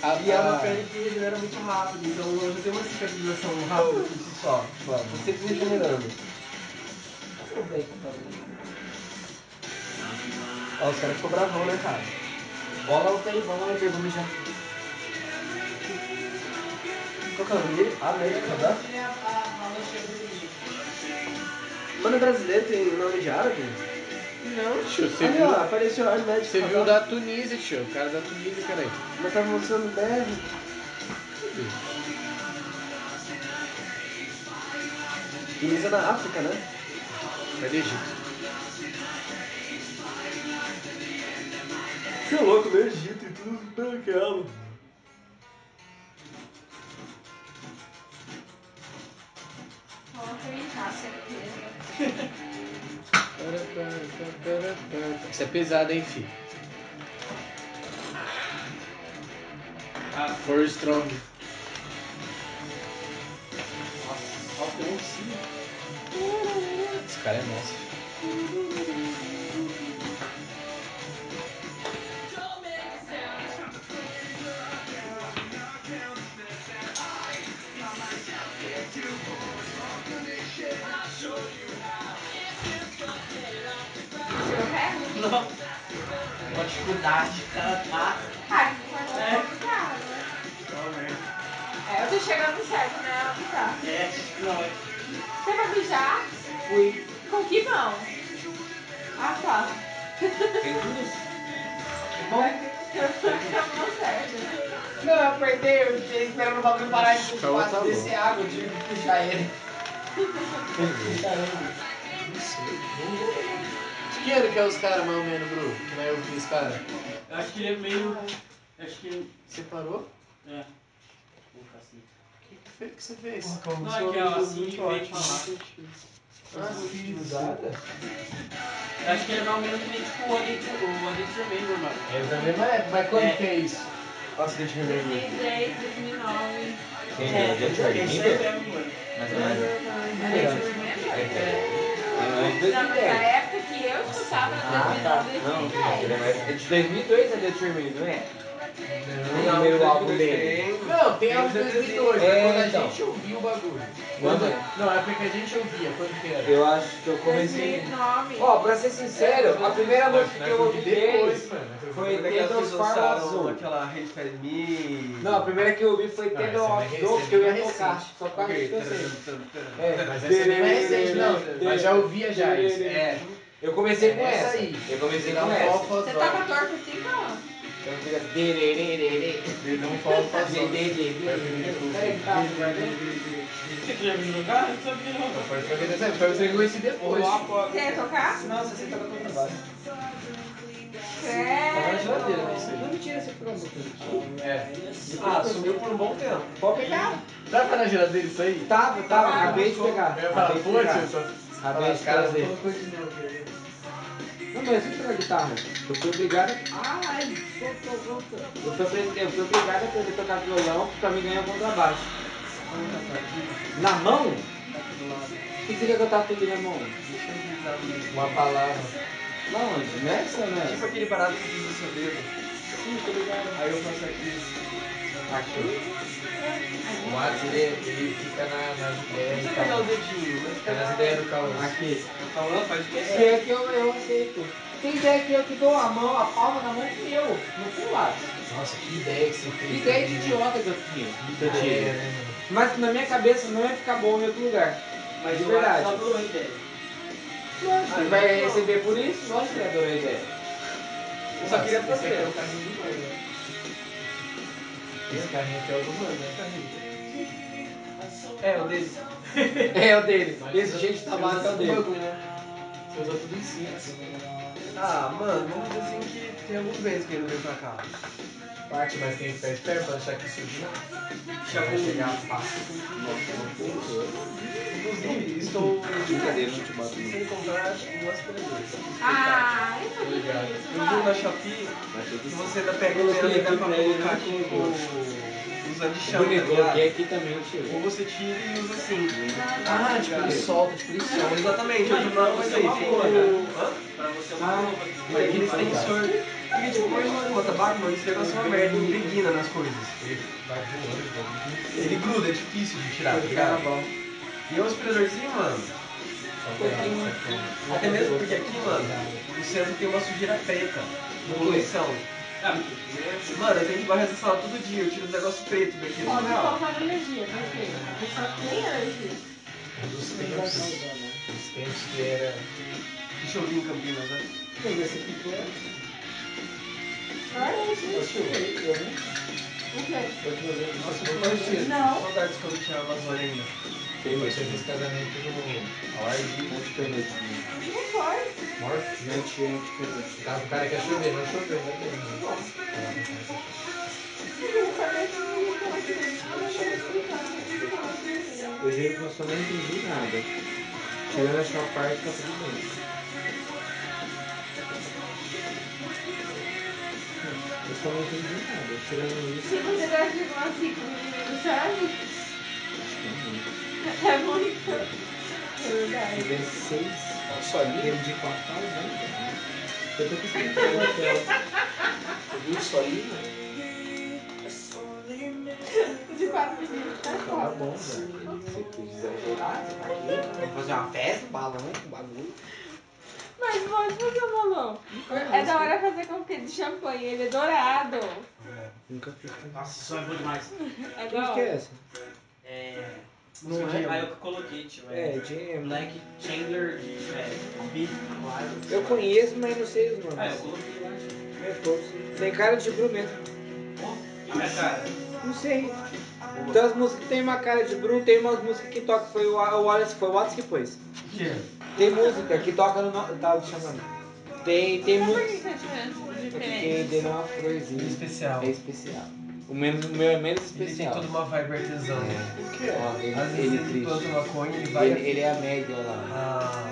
A- E é uma a- pele que regenera muito rápido, então eu já tenho uma cicatrização rápida por si só. Você que regenerando. Aproveita, tá bom. Ó, os caras ficou bravão, né, cara? Bola o aí, vamos lá ver, vamos mijar. Qual que é o nome dele? América né? da... Mano, é brasileiro tem nome de árabe? Não, tio, você Olha viu? lá, apareceu a médica. Você viu o da Tunísia, tio. O cara da Tunísia, cara aí. Mas tava mostrando merda. Tunísia na África, né? É do Egito. Você é louco, no Egito e tudo branquelo. Coloca aí, tá, certeza. Isso é pesado, hein, fi. Ah, for strong. Ó, tem um sim. Esse cara é monstro. Eu É. quero. Não. Uma dificuldade, cara, tá? Cara, não vai dar complicado. Só merda. É, eu tô chegando certo, né? Tá. É, não, é. Você vai mijar? Fui. Com que mão? Ah, tá. Tem duas. Que bom. Não, Não, eu apertei, eu fiquei esperando o bagulho parar de Então tá bom. descer água, eu tive que puxar ele. Puxar ele. Que ano que é os caras, mais ou menos, Bruno? Que vai ouvir os caras? Eu acho que ele é meio. Acho que ele. Você parou? É. Vou ficar assim. O que, que foi que você fez? Não, é que é assim que vem falar. Ah, Eu acho que ele é mais ou menos que nem tipo o Oriente o Oriente Vermelho, mano. É da mesma época, mas quando É. que é isso? Nossa, deixa eu ver. 2010, 2009. Quem é? Gente, é isso aí vai mesmo, mano. Mais ou menos. Era É Na época que eu escutava, era Ah, tá. 2009 Não, ele é 2010. mais... É de 2002 é Determined, não é? Não, Não, primeiro eu álbum dele. Não, tem algo de 2002, É, mas quando a então. gente ouviu o bagulho. Quando? Não, é porque a gente ouvia, quando que era? Eu acho que eu comecei... 2009. Ó, pra ser sincero, a primeira música que eu ouvi deles... mano. Foi Como é que as Tales pessoas of Farm falam Azul. aquela Rede Faz Me? Não, a primeira que eu ouvi foi Não, Tendo essa é Off mais Dog, recente, que eu ia mais tocar. recente. Só quase que eu sei. Ah, É, Mas essa não é recente, não. Mas já ouvia já isso. É, um Eu comecei com É essa essa. aí. Eu comecei não com fala essa. pra Você tava torto assim, não? Então fica. dererererê. Não fala pra Dê, dê, dê, dê. Peraí, tá, vai ver. Você queria me jogar? Eu não sabia não. Foi você que conheci depois. Você ia tocar? Não, você tava com trabalho. Tava na geladeira, Credo. né? Isso aí. Não me tira essa pergunta. É. Ah, sumiu por um bom tempo. Pode pegar. Tava na geladeira isso aí? Tava, tava, acabei de pegar. Eu ia falar, Acabei de pô, tio, pegar. só. Acabei de trazer. Não, mas deixa eu pegar a guitarra. Eu fui obrigado. Ai, voltou, voltou. Eu fui, aprend- eu fui obrigado a aprender a tocar violão pra me ganhar contrabaixo. Na mão? O que você quer que eu tava tudo na mão? Uma palavra. Na onde? Nessa né? ou Tipo nessa? aquele barato que diz o seu dedo. Aí eu faço aqui. Aqui. O Atos, ele, ele Um fica na, nas tá ideias Você do "Tá pegar o Cauã. dedinho, né? Fica nas ideias do Cauã. Aqui. Falando, faz o que Se é que eu, eu aceito. Tem ideia que eu que dou a mão, a palma na mão que eu, não fui lá. Nossa, que ideia que você fez. Que ideia de idiota que eu tinha. Que ideia, né, mano? Mas na minha cabeça não ia ficar bom em outro lugar. Mas de eu acho Tá verdade. só pelo rei dele. Lógico, Você vai receber por isso? Lógico que é dor ideia. Eu só queria Esse aqui é o fazer. carrinho do mano. né? Esse carrinho aqui é o do mano, né? É, o dedo. É o dele. Mas Esse você- jeito de você trabalho é usa o tudo dele. bagulho, né? Você usa tudo em cima. Ah, mano, vamos dizer assim que tem alguns meses que ele não veio pra cá. Parte, mas tem que ficar esperto pra achar que surge não. Chegou. Vai chegar fácil. Inclusive, estou sem comprar duas coisas. Ah, isso é difícil, Eu vi na vai. Shopee que você tá ainda pega Eu o coloquei dinheiro pra aqui pra ele, colocar né? com usa de chão, tá Bonito, coloquei ligado? aqui também, Ou tio. você tira e usa assim. Ah, tipo, ele solta, tipo, ele Então, solta. exatamente, eu juro pra Mano, vocês. uma Tem boa, o... Hã? Pra você Ah, Mas aquele sensor. Porque tipo, quando ele coloca tabaco, mano, esse negócio é uma merda, ele impregna nas coisas. Vai voando, Ele gruda, é difícil de tirar, tá ligado? E é um aspiradorzinho, mano. Até mesmo porque aqui, mano, o centro tem uma sujeira preta, uma poluição. Mano, eu tenho que varrer essa sala todo dia, eu tiro os negócios pretos daqui. tá Ó, Não, não não. colocaram energia, por quê? Eu só tenho energia. Dos tempos. Dos tempos que era. Deixa eu vir em Campinas, né? Quem vai ser pequeno? Ai, gente. Eu vi. O quê? Eu que não lembro. Nossa, eu tô imagino. Não. Saudades quando tinha Amazônia ainda. Tem você fez casamento no. Ao ar livre. Muito penúltimo. Não foi. Morto. Gente, gente, penúltimo. Caso o cara quer chover, não choveu, não tem. Eu falei que não ia falar que não. Eu não sei explicar. Eu juro que eu só não entendi nada. Tirando a sua parte, tá tudo bem. Eu só não entendi nada. Tirando isso, Se você der de uma assim comigo, sabe? É eu muito. É verdade. tive seis. Só ali? Eu de quatro anos, né? Eu tô conseguindo pegar o hotel. Você viu isso ali, né? De quatro dias, tá Tá foda. bom, velho. Vamos fazer uma festa, um balão, um bagulho. Mas pode fazer um balão. É da hora fazer com que de champanhe, ele é dourado. Nunca fiz. O Nossa, isso é bom demais. É da que hora. é essa? É. Não música de- é? Aí eu que coloquei, tio. É, É. Jam. Black Chandler de. É. Big Wild. Eu conheço, mas não sei os Ah, eu nomes. coloquei lá. tio. É todos. Tem cara de Bru mesmo. Ó, Olha, cara. Não sei. Tem umas músicas que tem uma cara de Bruno, tem umas músicas que toca, foi o o Wallace, foi o Wallace que pôs. Tem música que toca no. no- Tá te chamando. Tem, tem Mas por que música. que é diferente? Porque ele diferente? é uma florzinha. Especial. É especial. O, menos, o meu é menos Ele tem especial. toda uma vibe artesão. O que é? Ó, ele, Às ele vezes ele planta triste. maconha, ele vai. Ele, ele é a Meg lá. Ah,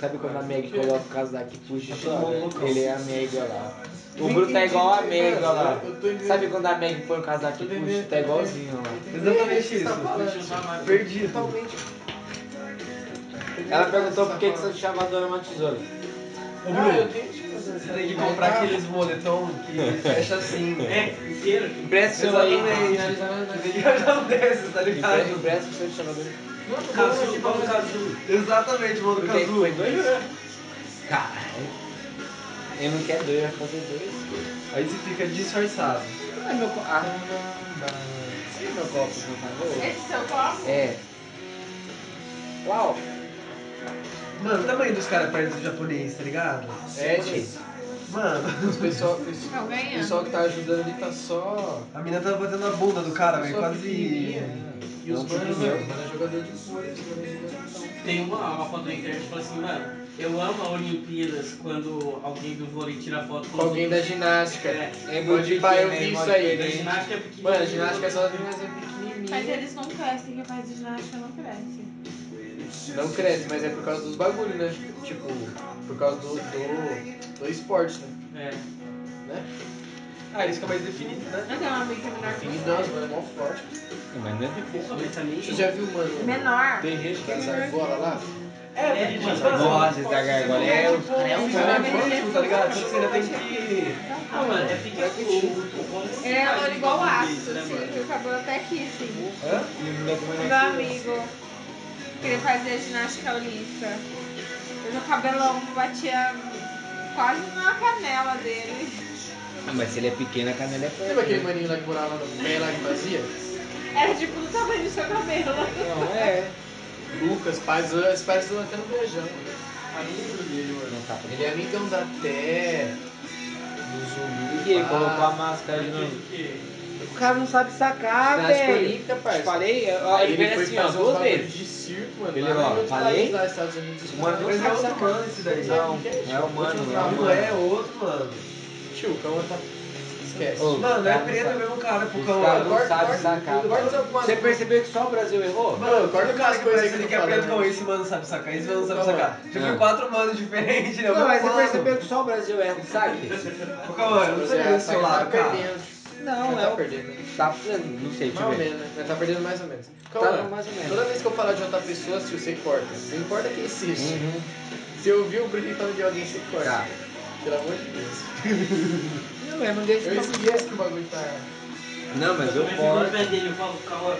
Sabe quando a Meg coloca o casaco e puxa e maluco. chora? Ele é a Meg lá. O Bruno tá igual a Meg lá. Sabe quando a Meg põe o casaco e puxa? Tá igualzinho lá. exatamente isso. Deixa eu chamar. Perdido. Ela perguntou por que, que você não chama a dona uma tesoura. Ô, Ah, eu Bruno, tenho que fazer você tem que comprar aqueles moletom que fecha assim. É, inteiro. Empresta o seu aí. né? Exatamente. Já desce, tá Empresta ligado? empresta o seu chamador. Casu, vamos Casu. Exatamente, mano, Porque Cazu. foi dois? Caralho. Eu não quero dois, eu quero fazer dois. Aí você fica disfarçado. Ah, meu copo. Ah, Sim, meu copo não tá novo. Esse seu copo? É. Uau. Mano, o tamanho dos caras perto do japonês, tá ligado? É, gente. Mano, Os pessoal, os Não, ganha. pessoal que tá ajudando ali tá só. a mina tava batendo na bunda do cara, velho, só quase. pequenininha. E os Não, manos, pequenininha. velho, os manos é jogador de vôlei, os manos é jogador de Tem uma, uma foto na internet que fala assim, mano, eu amo a Olimpíadas quando alguém do vôlei tira foto com Com alguém da ginástica. É. É Pode pá, eu né, vi isso aí. né? Da ginástica é pequenininha. Mano, a ginástica é só as meninas é pequenininha. Mas eles não crescem, quem faz ginástica não cresce. Não cresce, mas é por causa dos bagulhos, né? Tipo, por causa do, do, do esporte, né? É. Ah, isso fica mais definido, né? Eu tenho uma amiga menor que E não, os mano é mó forte. Mas não é Porra, mas também... Você já viu, mano, Menor. Tem gente das argolas lá? É, porque, mano, tipo, Nossa, da gargola é o É um cara quântico, tá ligado? Só que você ainda tem que. Ah, mano, é fica assim. É, olha igual o né, ácido, assim, o cabelo até aqui, assim. Hã? Meu amigo, que ele fazia ginástica olímpica. E no cabelão batia quase na canela dele. Ah, mas se ele é pequeno, a canela é Lembra aquele forte. maninho lá que morava lá no meio lá que fazia? Era tipo do tamanho do seu cabelo. Não, é. Lucas, pais, os pais estão até no beijão. Não tá pra Ele é amigão da Terra, do Zulu. E ele pá. colocou a máscara de novo. O cara não sabe sacar, Ginástica velho. olímpica, Te parça. falei, ó, Aí ele ele fez foi assim, ó, fazer uns duas bagulho vezes. de circo, mano. Ele, lá ó, em outro falei? país, lá nos Estados Unidos. os Mas é Mano, caras não outro sabem mano esse daí. Não, não é humano, não é Não humano. é outro, mano. sacar. Tio, o cão tá... Esquece. Ô, Mano, cara é não preto sabe. mesmo, cara, pro Os cão. caras Agora- não sabem corta- sacar. corta essa mano. porra. Você percebeu que só o Brasil errou? Mano, corta o cara que coisas parece que que ele não quer fala, preto né? com esse, mano, sabe sacar. Esse mano sabe Não. sacar. Já Não. vi quatro manos diferentes, né? Não, mas você Mano. percebeu que só o Brasil erra o saque? Ô, Cauã, eu não Você sabia já do seu tá lado, cara. perdendo. Não, Já é tá o... perdendo. Tá, não sei, deixa Mais eu ou ver. menos, né? Mas tá perdendo mais ou menos. Tá, mais ou menos. Toda vez que eu falar de outra pessoa, se você corta. Você importa quem existe. Uhum. Se eu ouvir o Bruninho falando de alguém, você corta. Tá. Pelo amor de Deus. Não, eu não deixo Eu esqueço que o bagulho tá... Não, mas eu Eu fico no posso. pé dele, eu falo, calma.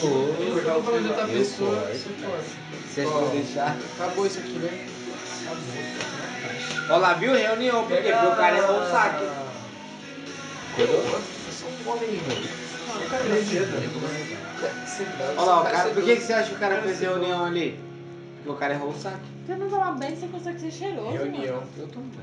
Toda vez que eu falar de outra Eu pessoa, corto. você corta. Vocês vão deixar. Acabou isso aqui, né? Olha lá, viu? Reunião, porque o cara errou o saque. entendeu? um O cara é cedo. né? Olha lá, o cara, por que, que você acha que o cara fez reunião ali? Porque o cara errou o saque. Você não toma banho, você consegue ser cheiroso, mano. Reunião. Eu tô muito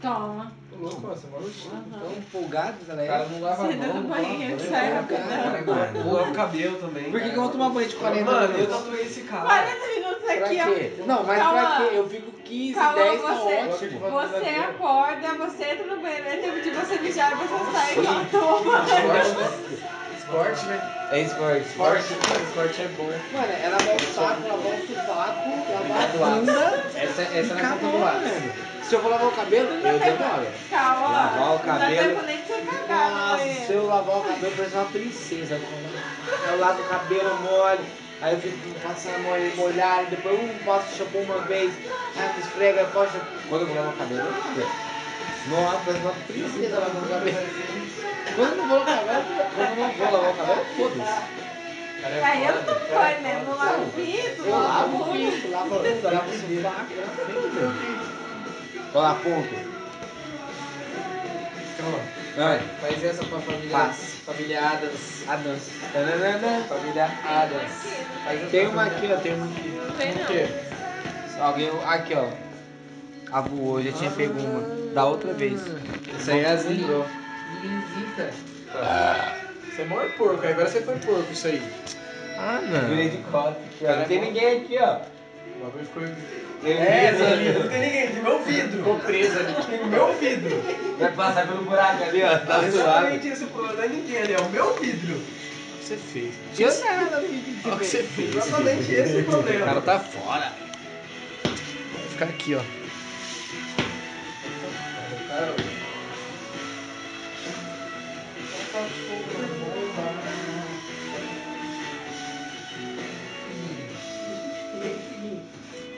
Toma. Louco, você é maluco? tão empolgado, O cara galera. não lava a Você é tá mão. dá no não banheiro, lava- sai Cara, rapidão. cara, Ou é o cabelo também. Por que, que eu vou tomar banho de 40 Mano, eu minutos? tatuei esse cara. 40 minutos Pra aqui, ó. quê? Não, mas pra Calma. quê? Eu fico 15, Calma, 10, tá você. ótimo. Você acorda, você entra no banheiro, é tempo de você mijar e você sai e ela toma. Esporte, né? Esporte, né? É esporte. Esporte, esporte é bom. Mano, ela volta o saco, ela volta o sovaco, ela Lado. bunda. Essa, essa não é conta do Acabou, lado. velho. Se eu vou lavar o cabelo, Não eu dá tempo- demoro. Calma. Lavar o Não dá cabelo. tempo nem de você cagar no Nossa, se banheiro. eu lavar o cabelo, parece uma princesa. mano. Eu lavo o cabelo mole, aí eu fico passando a mão aí molhada, depois eu passo shampoo uma vez, aí eu esfrego, aí eu posto. Quando eu vou lavar o cabelo, eu não sei. Nossa, parece uma princesa lavando o cabelo. Quando eu não vou lavar o cabelo, quando eu não vou lavar o cabelo, foda-se. Cara, Aí é eu um não foda. tomo banho mesmo, não lavo o pinto, Eu não lavo lavo o unha. bico, lavo lavo o sovaco, lavo tudo. Olha lá, ponto. Então, ó, Vai. faz essa pra família. Faz. Família Adams. Ah, não. Tananana. Família Adams. Faz um essa Tem pra uma aqui, família- ó, tem uma aqui. Não tem O quê? não. Alguém, aqui ó. A Ah, voou, já tinha pego uma. Da outra vez. Isso aí é as lindou. Lisita. Tá. é Você mora porco, aí agora você foi porco isso aí. Ah, não. Virei de quatro. é Não tem ninguém aqui, ó. O bagulho ficou. É, Zanino, não tem ninguém, de meu vidro. Ficou preso ali. Tem o meu vidro. é Vai passar pelo buraco ali, ó. Tá Exatamente isso, pô. Não é ninguém ali, é o meu vidro. O que você fez? mano? Eu nada, filho. Olha o que você fez. Exatamente esse é o O cara problema. tá fora. Vai ficar aqui, ó.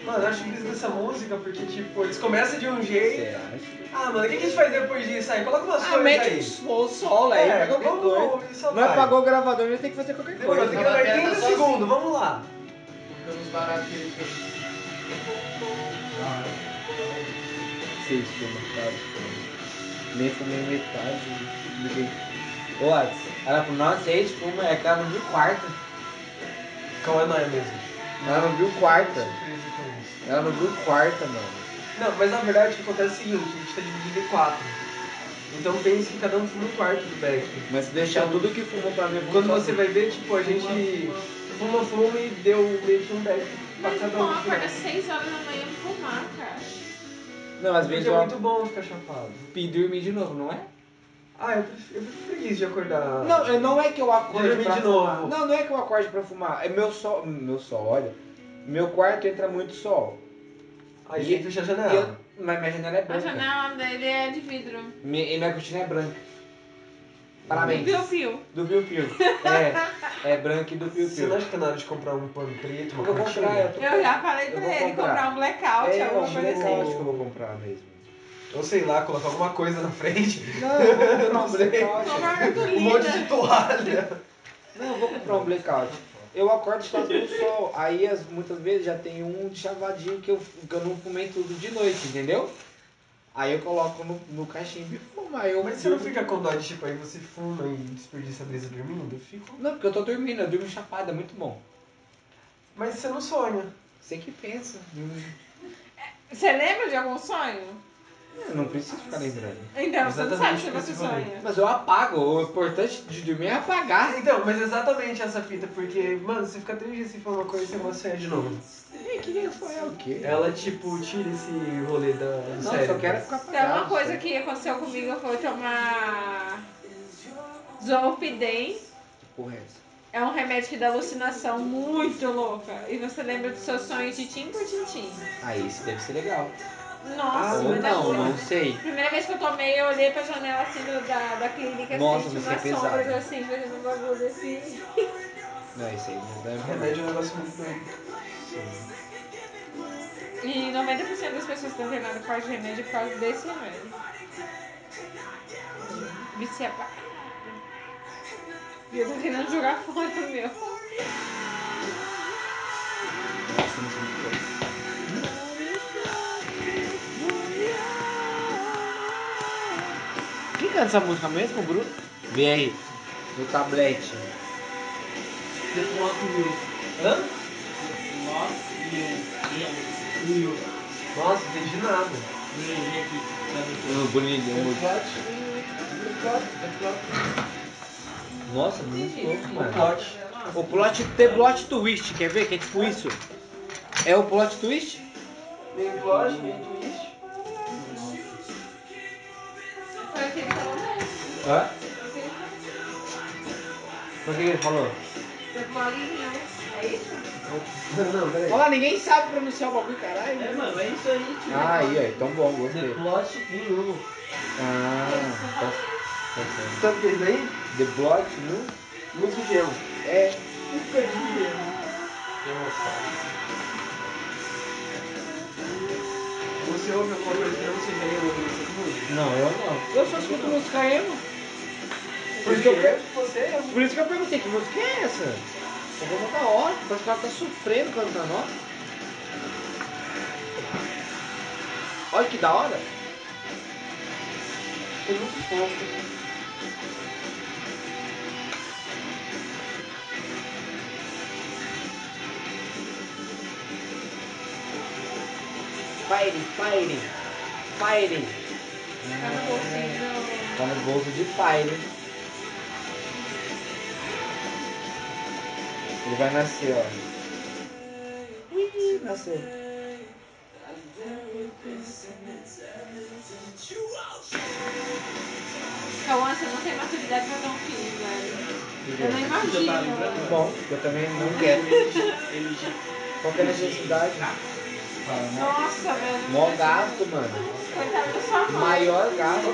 Mano, eu acho brisa dessa música porque, tipo, eles começam de um jeito. acha? Ah, mano, o que a gente faz depois disso aí? Coloca umas Ah, coisas mete o aí. sol- o sol aí, É, pega qualquer vamos- coisa. isso Não é vai. apagou o gravador, já tem que fazer qualquer Demorou, coisa. tem que Ela levar pega 30 só- segundos, vamos lá. Pelos baratos que ele fez. Seis comentários. Nem fumei metade. ninguém. Ô, Alisson, ela falou, nossa, eles fumam, é que ela não viu quarta. Calma, é nóia mesmo. Ela não viu quarta. Surpresa com isso. Ela não viu quarta, mano. Não, mas na verdade o que acontece é o seguinte, a gente tá dividido em quatro. Então pense que cada um fuma um quarto do back. Mas se deixar tudo que fumou pra mim. Então, Quando você vai ver, tipo, a gente fuma, fuma e deu meio que um back pra Mas cada não um. acorda 6 horas da manhã pra fumar, cara. Não, às vezes Porque é eu muito bom ficar chapado. e dormir de novo, não é? Ah, eu prefiro, eu prefiro preguiça de acordar. Tipo, Não, eu- não é que eu acorde Dormir pra de fumar. novo. Não, não é que eu acorde pra fumar. É meu sol. Meu sol, olha. Meu quarto entra muito sol. Aí tem que fechar a janela. E eu- mas minha janela é A branca. janela dele é de vidro. Mi- E minha cortina é branca. Parabéns. Viu, viu? Do Piu Piu. É, é branca e do Piu Você não Piu. acha que tá na hora de comprar um pano preto, Eu uma vou comprar, eu cortina? tô... Eu já falei Eu pra vou ele comprar. comprar um blackout, É, eu alguma acho que coisa eu assim. acho que eu vou comprar mesmo. Ou sei lá, colocar alguma coisa na frente. Não, eu vou comprar um Não sei. Comprar blackout. uma Um monte cartolina. de toalha. Não, eu vou comprar um blackout. Eu acordo e faço no sol. Aí as, muitas vezes já tem um de chavadinho que eu, que eu não fumei tudo de noite, entendeu? Aí eu coloco no, no caixinho e fumo. Aí eu Mas você não fica com dó de tipo, aí você fuma e desperdiça a brisa dormindo? Eu fico. Não, porque eu tô dormindo, eu durmo chapado, é muito bom. Mas é você não sonha. Você que pensa. Você lembra de algum sonho? Eu não preciso ficar lembrando. Então, você não sabe Exatamente se o que você eu falei. sonha. Mas eu apago. O importante de dormir é apagar. Então, mas exatamente essa fita, porque, mano, você fica três dias sem falar uma coisa e você vai sonhar de novo. E que foi é o quê? Ela, tipo, tira esse rolê da, do Não, cérebro. só quero ficar apagado. Então, uma coisa que aconteceu comigo foi tomar Zolpidem. Que porra é essa? É um remédio que dá alucinação muito louca. E você lembra dos seus sonhos tintim por tintim. Ah, isso deve ser legal. Nossa, Ah, Ou mas tá dá não, pra- não sei. Primeira vez que eu tomei, eu olhei pra janela assim do- da, da clínica Nossa, assim, você é tinha umas pesado. sombras assim, fazendo um bagulho assim. Não, isso aí não deve. Remédio é um negócio muito doido. E 90% das pessoas que estão internadas por causa de remédio por causa desse remédio. Vicia pra E eu tô querendo jogar fora do meu. cantando essa música mesmo, Bruno? Vem aí, no tablete. The Lost Will. Hã? Lost Will. Will. Will. Nossa, não entendi nada. Vem aqui. sabe? Uh, Bonito, The muito. plot, the plot, the plot. Nossa, muito louco, O mano. plot. O plot, The Plot Twist, quer ver? Que é tipo isso? É o plot twist? Meio plot, meio twist. Foi o que ele falou mesmo. Hã? Foi o que ele falou. O que ele falou? The Plug Hill. É isso? Não, peraí. Olha, ninguém sabe pronunciar o bagulho, caralho. É, mano, é isso aí, tio. Ah, aí, ó, então bom, The gostei. plot nenhum. Ah, tá. tá Sabe o que é isso aí? certo. The Plot, não? Muito gelo. É. Nunca de gelo. Você ouve alguma coisa que tá não seja emo nessas músicas? Não, eu não. Eu só escuto música emo. Por isso que eu Porque você é emo. Por isso que eu perguntei que música é essa? Eu vou botar hora, parece que ela tá sofrendo cantando ó. Olha que da hora. É muito fofo. Fire, fire, fire. Tá no bolsinho. Tá no bolso de fire. Ele vai nascer, ó. Ih, nasceu. Cauã, você não tem maturidade pra ter um filho, velho. Eu não imagino. Já tá lembrando? Bom, eu também não quero. Ele já Qual que é a necessidade? Nossa, velho. Mó gasto, mano. Coitado da sua mãe. Maior gasto.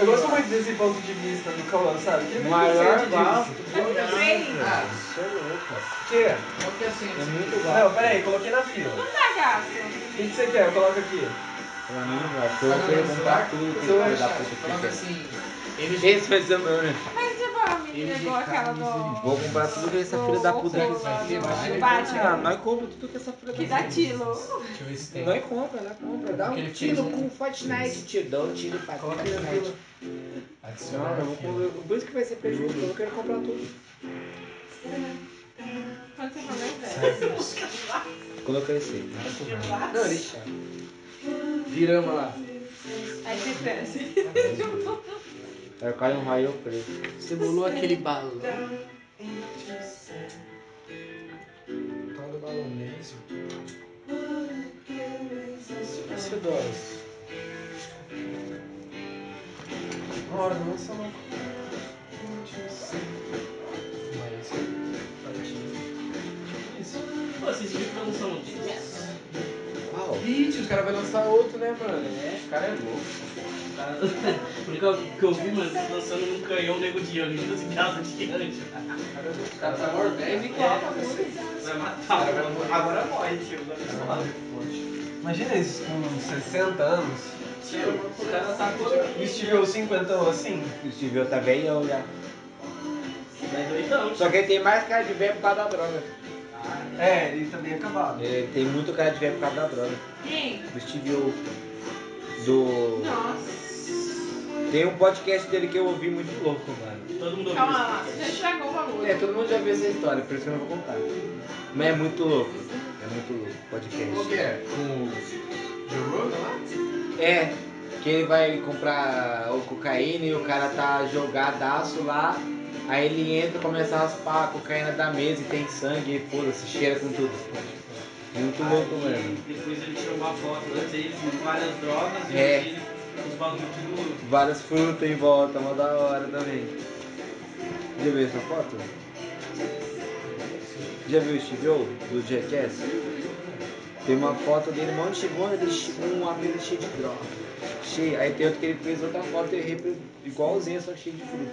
Eu gosto muito desse ponto de vista do Cauã, sabe? Que é ele Maior entende gasto. disso. Eu também. Ah, Isso é louco. Que? qual que é assim? É muito gasto. Não, peraí, coloquei na fila. Não dá gasto. O que, que você quer? Eu coloco aqui. Pra mim, velho, eu vou perguntar tudo que eu ele da puta Falando que é. assim, ele quer. Esse vai ser o meu, né? Mas tipo, a menina Ele igual já aquela tá do. Vou comprar tudo que essa filha da puta do- quer. do- do Ah, Batman. nós compra tudo que essa filha Que da dá puta tiro. Deixa eu ver se tem. Nós compra, nós compra. Dá Aquele um tiro tiro. né? com Fortnite, tio. Dá um tiro pra Coloca na fila. Fortnite. Não, eu vou comprar. Por isso que vai ser prejuízo, eu quero comprar tudo. Quando você falou, velho. Quando eu crescer. Não, ele. Virama lá. Aí você cresce. Aí cai um raio preto. Você bolou aquele balão. Tal do balonês. Isso dói. Ora, não sou louco. Mas. Isso. Pô, vocês viram que eu não sou um Yes. Uau. Ixi, os caras vão lançar outro, né, mano? É, os caras é louco. Cara, Por que eu, que eu vi, mano, vocês lançando num canhão nego de anjo, duas casas gigantes. Os caras tá mordendo igual. Vai matar o Agora morre, tio. Agora morre. Imagina isso com 60 anos. Tio, o cara tá O todo. Steve 50 assim. O Steve tá velhão já. Mas Tá doidão, Só que ele tem mais cara de velho por causa da droga. É, ele tá bem acabado. Ele tem muito cara de velho por causa da droga. Quem? O Steve O. Do. Nossa. Tem um podcast dele que eu ouvi muito louco, mano. Todo mundo ouviu. Calma lá. Já estragou o É, bagulho. todo mundo já viu essa história, por isso que eu não vou contar. Mas é muito louco. É muito louco o Qual podcast. que é? Com o Joe Rogan lá? É, que ele vai comprar o cocaína e o cara tá jogadaço lá. Aí ele entra, começa a raspar a cocaína da mesa e tem sangue e foda-se, cheira com tudo. É muito louco, mano. Aí, Depois ele tirou uma foto, antes ele com várias drogas e É. hoje ele- os bagulho tudo. Várias frutas em volta, mó da hora também. Já viu essa foto? Já viu o Steve O do Jackass? Tem uma foto dele, mó chegando, ele che- um amigo cheio de droga. Cheio. Aí tem outro que ele fez outra foto e repre- igualzinha, só que cheio de fruta.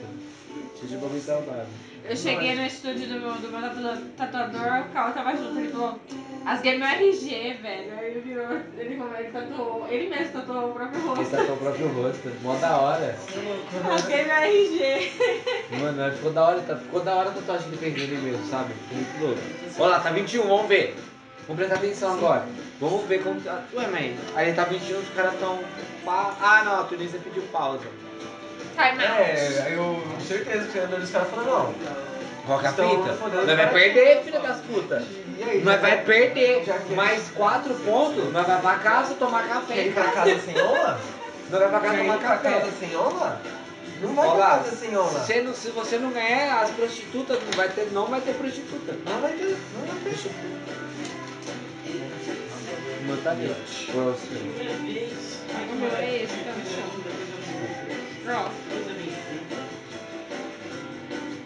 Cheio de bagulho saudável. Eu cheguei no estúdio do meu, do meu tatu- tatuador, o Carl tava junto, ele falou, as game é RG, velho. Aí ele virou, ele, como ele tatuou, ele mesmo tatuou o próprio Esse rosto. é o próprio rosto. Mó da hora. As game é RG. Mano, mas ficou da hora, tá- ficou da hora a tatuagem que ele fez nele mesmo, sabe? Ficou Muito louco. Olha lá, tá 21, vamos ver. Vamos prestar atenção agora. Vamos ver como um, tá. Ué, mãe, aí tá 21, os caras tão. pa- Ah, não, a Tunísia pediu pausa. Time out. É, aí eu tenho certeza que você andando os caras falando, não. Qual que é a Estão fita? fodendo Nós vai demais. perder, filha das putas. é. E aí? Nós vai perder Já que- mais quatro pontos, nós vai pra casa tomar Quer café. ir pra casa sem honra? Nós vai pra casa Quer ir tomar pra casa café. sem honra? Não vai pra Olá. casa sem honra. Se você não- se você não ganhar, as prostitutas não vai ter, não vai ter prostituta. Não vai ter, não vai ter. Exatamente. O meu é esse, tá no chão. Próximo.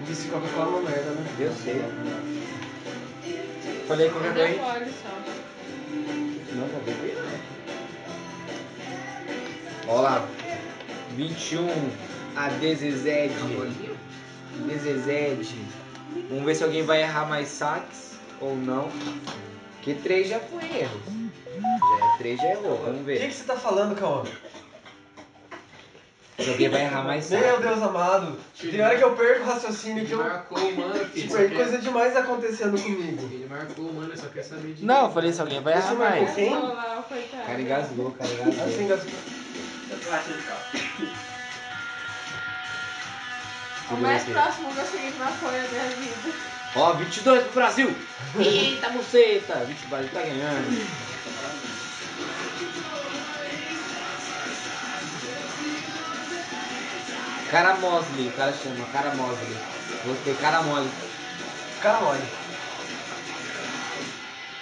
Disse Coca-Cola é uma merda, né? Eu sei. Falei com o Eu Gabriel. não olho só. Não, não bebi Olha lá. 21 a 17. 17. Vamos ver se alguém vai errar mais saques ou não. Que 3 já foi erro. Já é 3 já errou. Vamos O que, ver que você tá falando, Cauã? se alguém vai errar mais Meu saques. Deus amado, tem hora que eu perco o raciocínio que Ele eu. marcou o mano, filho. Tipo, só é quer- coisa demais acontecendo comigo. Ele marcou o mano, só quer saber de. Não, eu falei se alguém vai errar Você mais. marcou? Quem? Olha lá, o coitado. Cara engasgou, cara Assim, engasgou. Gaspi. tá. O mais próximo que eu cheguei pra foi a minha vida. Ó, 22 pro Brasil. Eita, buceta. 20 Brasil tá ganhando. Cara Mosley, o cara chama, cara Mosley. Gostei, cara Mosley. Cara, olha.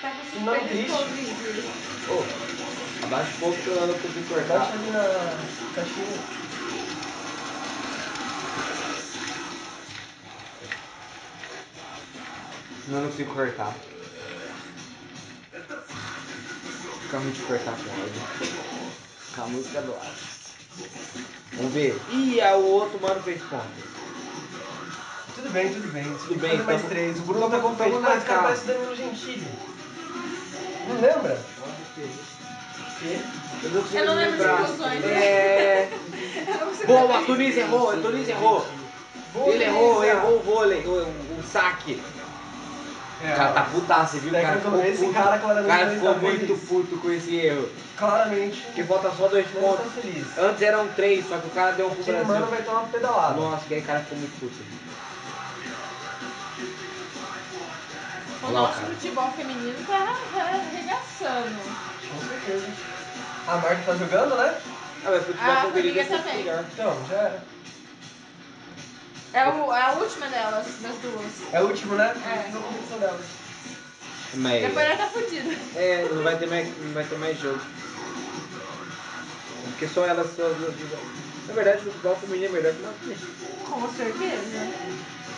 Tá com Não, super triste. escondido. Ô, abaixa um pouco que eu não consegui Baixa cortar. ali na caixinha. Senão eu não consigo cortar. Fica ruim de cortar com áudio. Com a música do áudio. Vamos ver. Ih, ah, o outro mano fez ponto. Tudo bem, tudo bem. Tudo bem, Tudo mais tamo- três. O Bruno tá tamo- com peito, tamo na mas esse cara cara. parece Danilo Gentili. Não lembra? Eu não, Eu não lembro de né? lembrar. conclusões, É. Boa, a Tunísia errou, a Tunísia errou. Ele errou, errou o vôlei, o, o- o saque. É, O cara tá putaço, viu? O cara ficou, Tecnicamente, esse puto. cara O claramente cara não ficou está muito feliz. puto com esse erro. Claramente, Porque falta só dois não está pontos. feliz. Antes eram três, só que É o cara deu um pro O time humano Brasil. vai tomar uma pedalada. Nossa, aquele cara ficou muito puto. Olha lá o nosso cara. futebol feminino tá arregaçando. Com certeza. A Marta tá jogando, né? Ah, mas futebol Ah, feminino formiga é sempre também. melhor. Então, já era. É o- é a última delas, das duas. É o último, né? É. Não competição dela. Depois Mas. ela tá fodida. É, não vai ter mais, não vai ter mais jogo. Porque só elas são as duas. Na verdade, o futebol feminino é melhor que o masculino. Com certeza.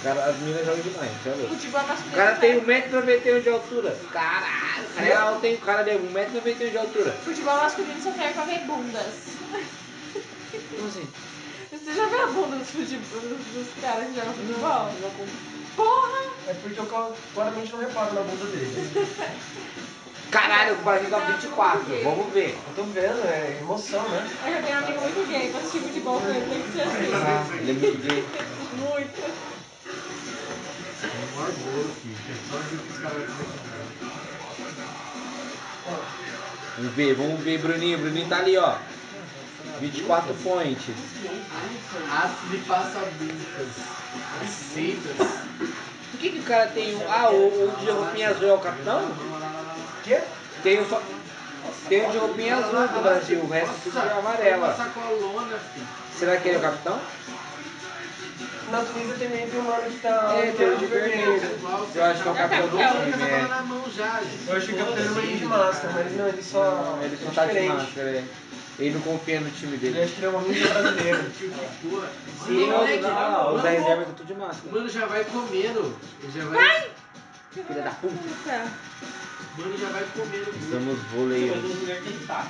Cara, as meninas jogam demais, você é O louco. futebol O masculino. cara tá- tem 1,91m de altura. Caralho, o cara é alto, hein? O cara tem 1,91m de altura. Futebol masculino só serve pra ver bundas. Como assim? Você já viu a bunda dos, fute- dos- dos caras que jogam futebol? Porra! É porque eu cal- claramente não reparo na bunda dele. Caralho, o Brasil tá 24, vamos ver. Eu tô vendo, é emoção, né? Eu já tenho um amigo muito gay, mas tipo de bom foi tem que ser assim. Ah, ele é muito gay. Muito. Vamos ver, vamos ver, Bruninho. Bruninho tá ali, ó. 24 points. Aço de passabucas. Aceitas. Por que, que o cara tem um. Ah, o, o de roupinha azul é o capitão? Quê? Tem um só. Tem um de roupinha azul do Brasil, o resto tudo é amarela. Sacolona, filho. Será que ele é o capitão? Na Tunísia tem meio que um mano que tá É, tem um de vermelho. Eu acho que é o capitão do time, é. na mão já, gente. Eu achei que eu Foda-se, era meio de gente, máscara, cara. mas não, ele só. Ele só é tá de diferente. máscara, é. Ele não confia no time Ele dele. acha que ele é um ninja brasileiro. Pô, Sim, não, eu, não, ah, não, não, os da reserva eu tô de máscara. O mano já vai comendo. Ele já vai. Filha da puta. O mano já vai comendo. Estamos vôlei. tá.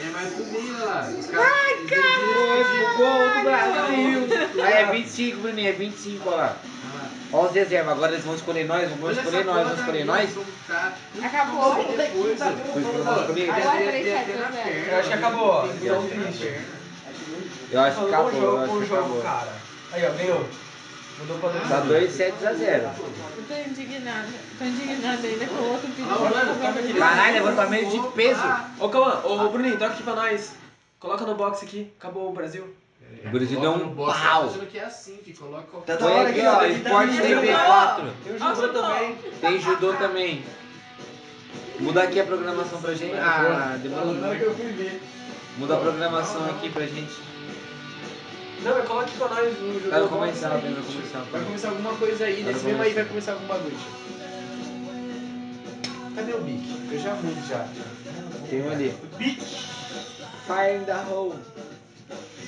É mais comida lá. Os caras. Ai, cara! Gol do Brasil! Aí é 25, Bruninho, é 25, olha lá. Olha os reservas, agora eles vão escolher nós, vão escolher nós, vão escolher nós. um Acabou. Depois, Foi pro nosso comigo. Agora três, sete, zero. né, Eu acho que acabou, ó. Então, triste. Eu acho que Falou, bom acabou, eu jogo, acho bom que jogo, acabou. cara. Aí, ó, ganhou. Mudou pra dois. Tá 2 sets a 0. Eu tô indignada. Tô indignada ainda com o outro vídeo. Caralho, levantamento de peso. Ô, Cauã, ô, Bruninho, toca aqui pra nós. Coloca no box aqui. Acabou o Brasil. É, O Brasil deu um pau. Tá que é assim, que coloca qualquer... Tá da Foi hora aqui, que ó, ele esporte tá tem me B4. Tem o Ah, judô judô. também. tá- Tem judô também. Muda aqui a programação pra gente. Ah, demorou Na hora que muito. eu fui ver. Muda a programação aqui pra gente. Não, mas coloca pra nós no jogo. Tá no comercial, tá no comercial. Vai começar alguma coisa é aí, assim, Tá no nesse mesmo aí vai comercial. começar algum bagulho. Cadê o Bic? Eu já mudo já. Tem um ali. Fire in the hole.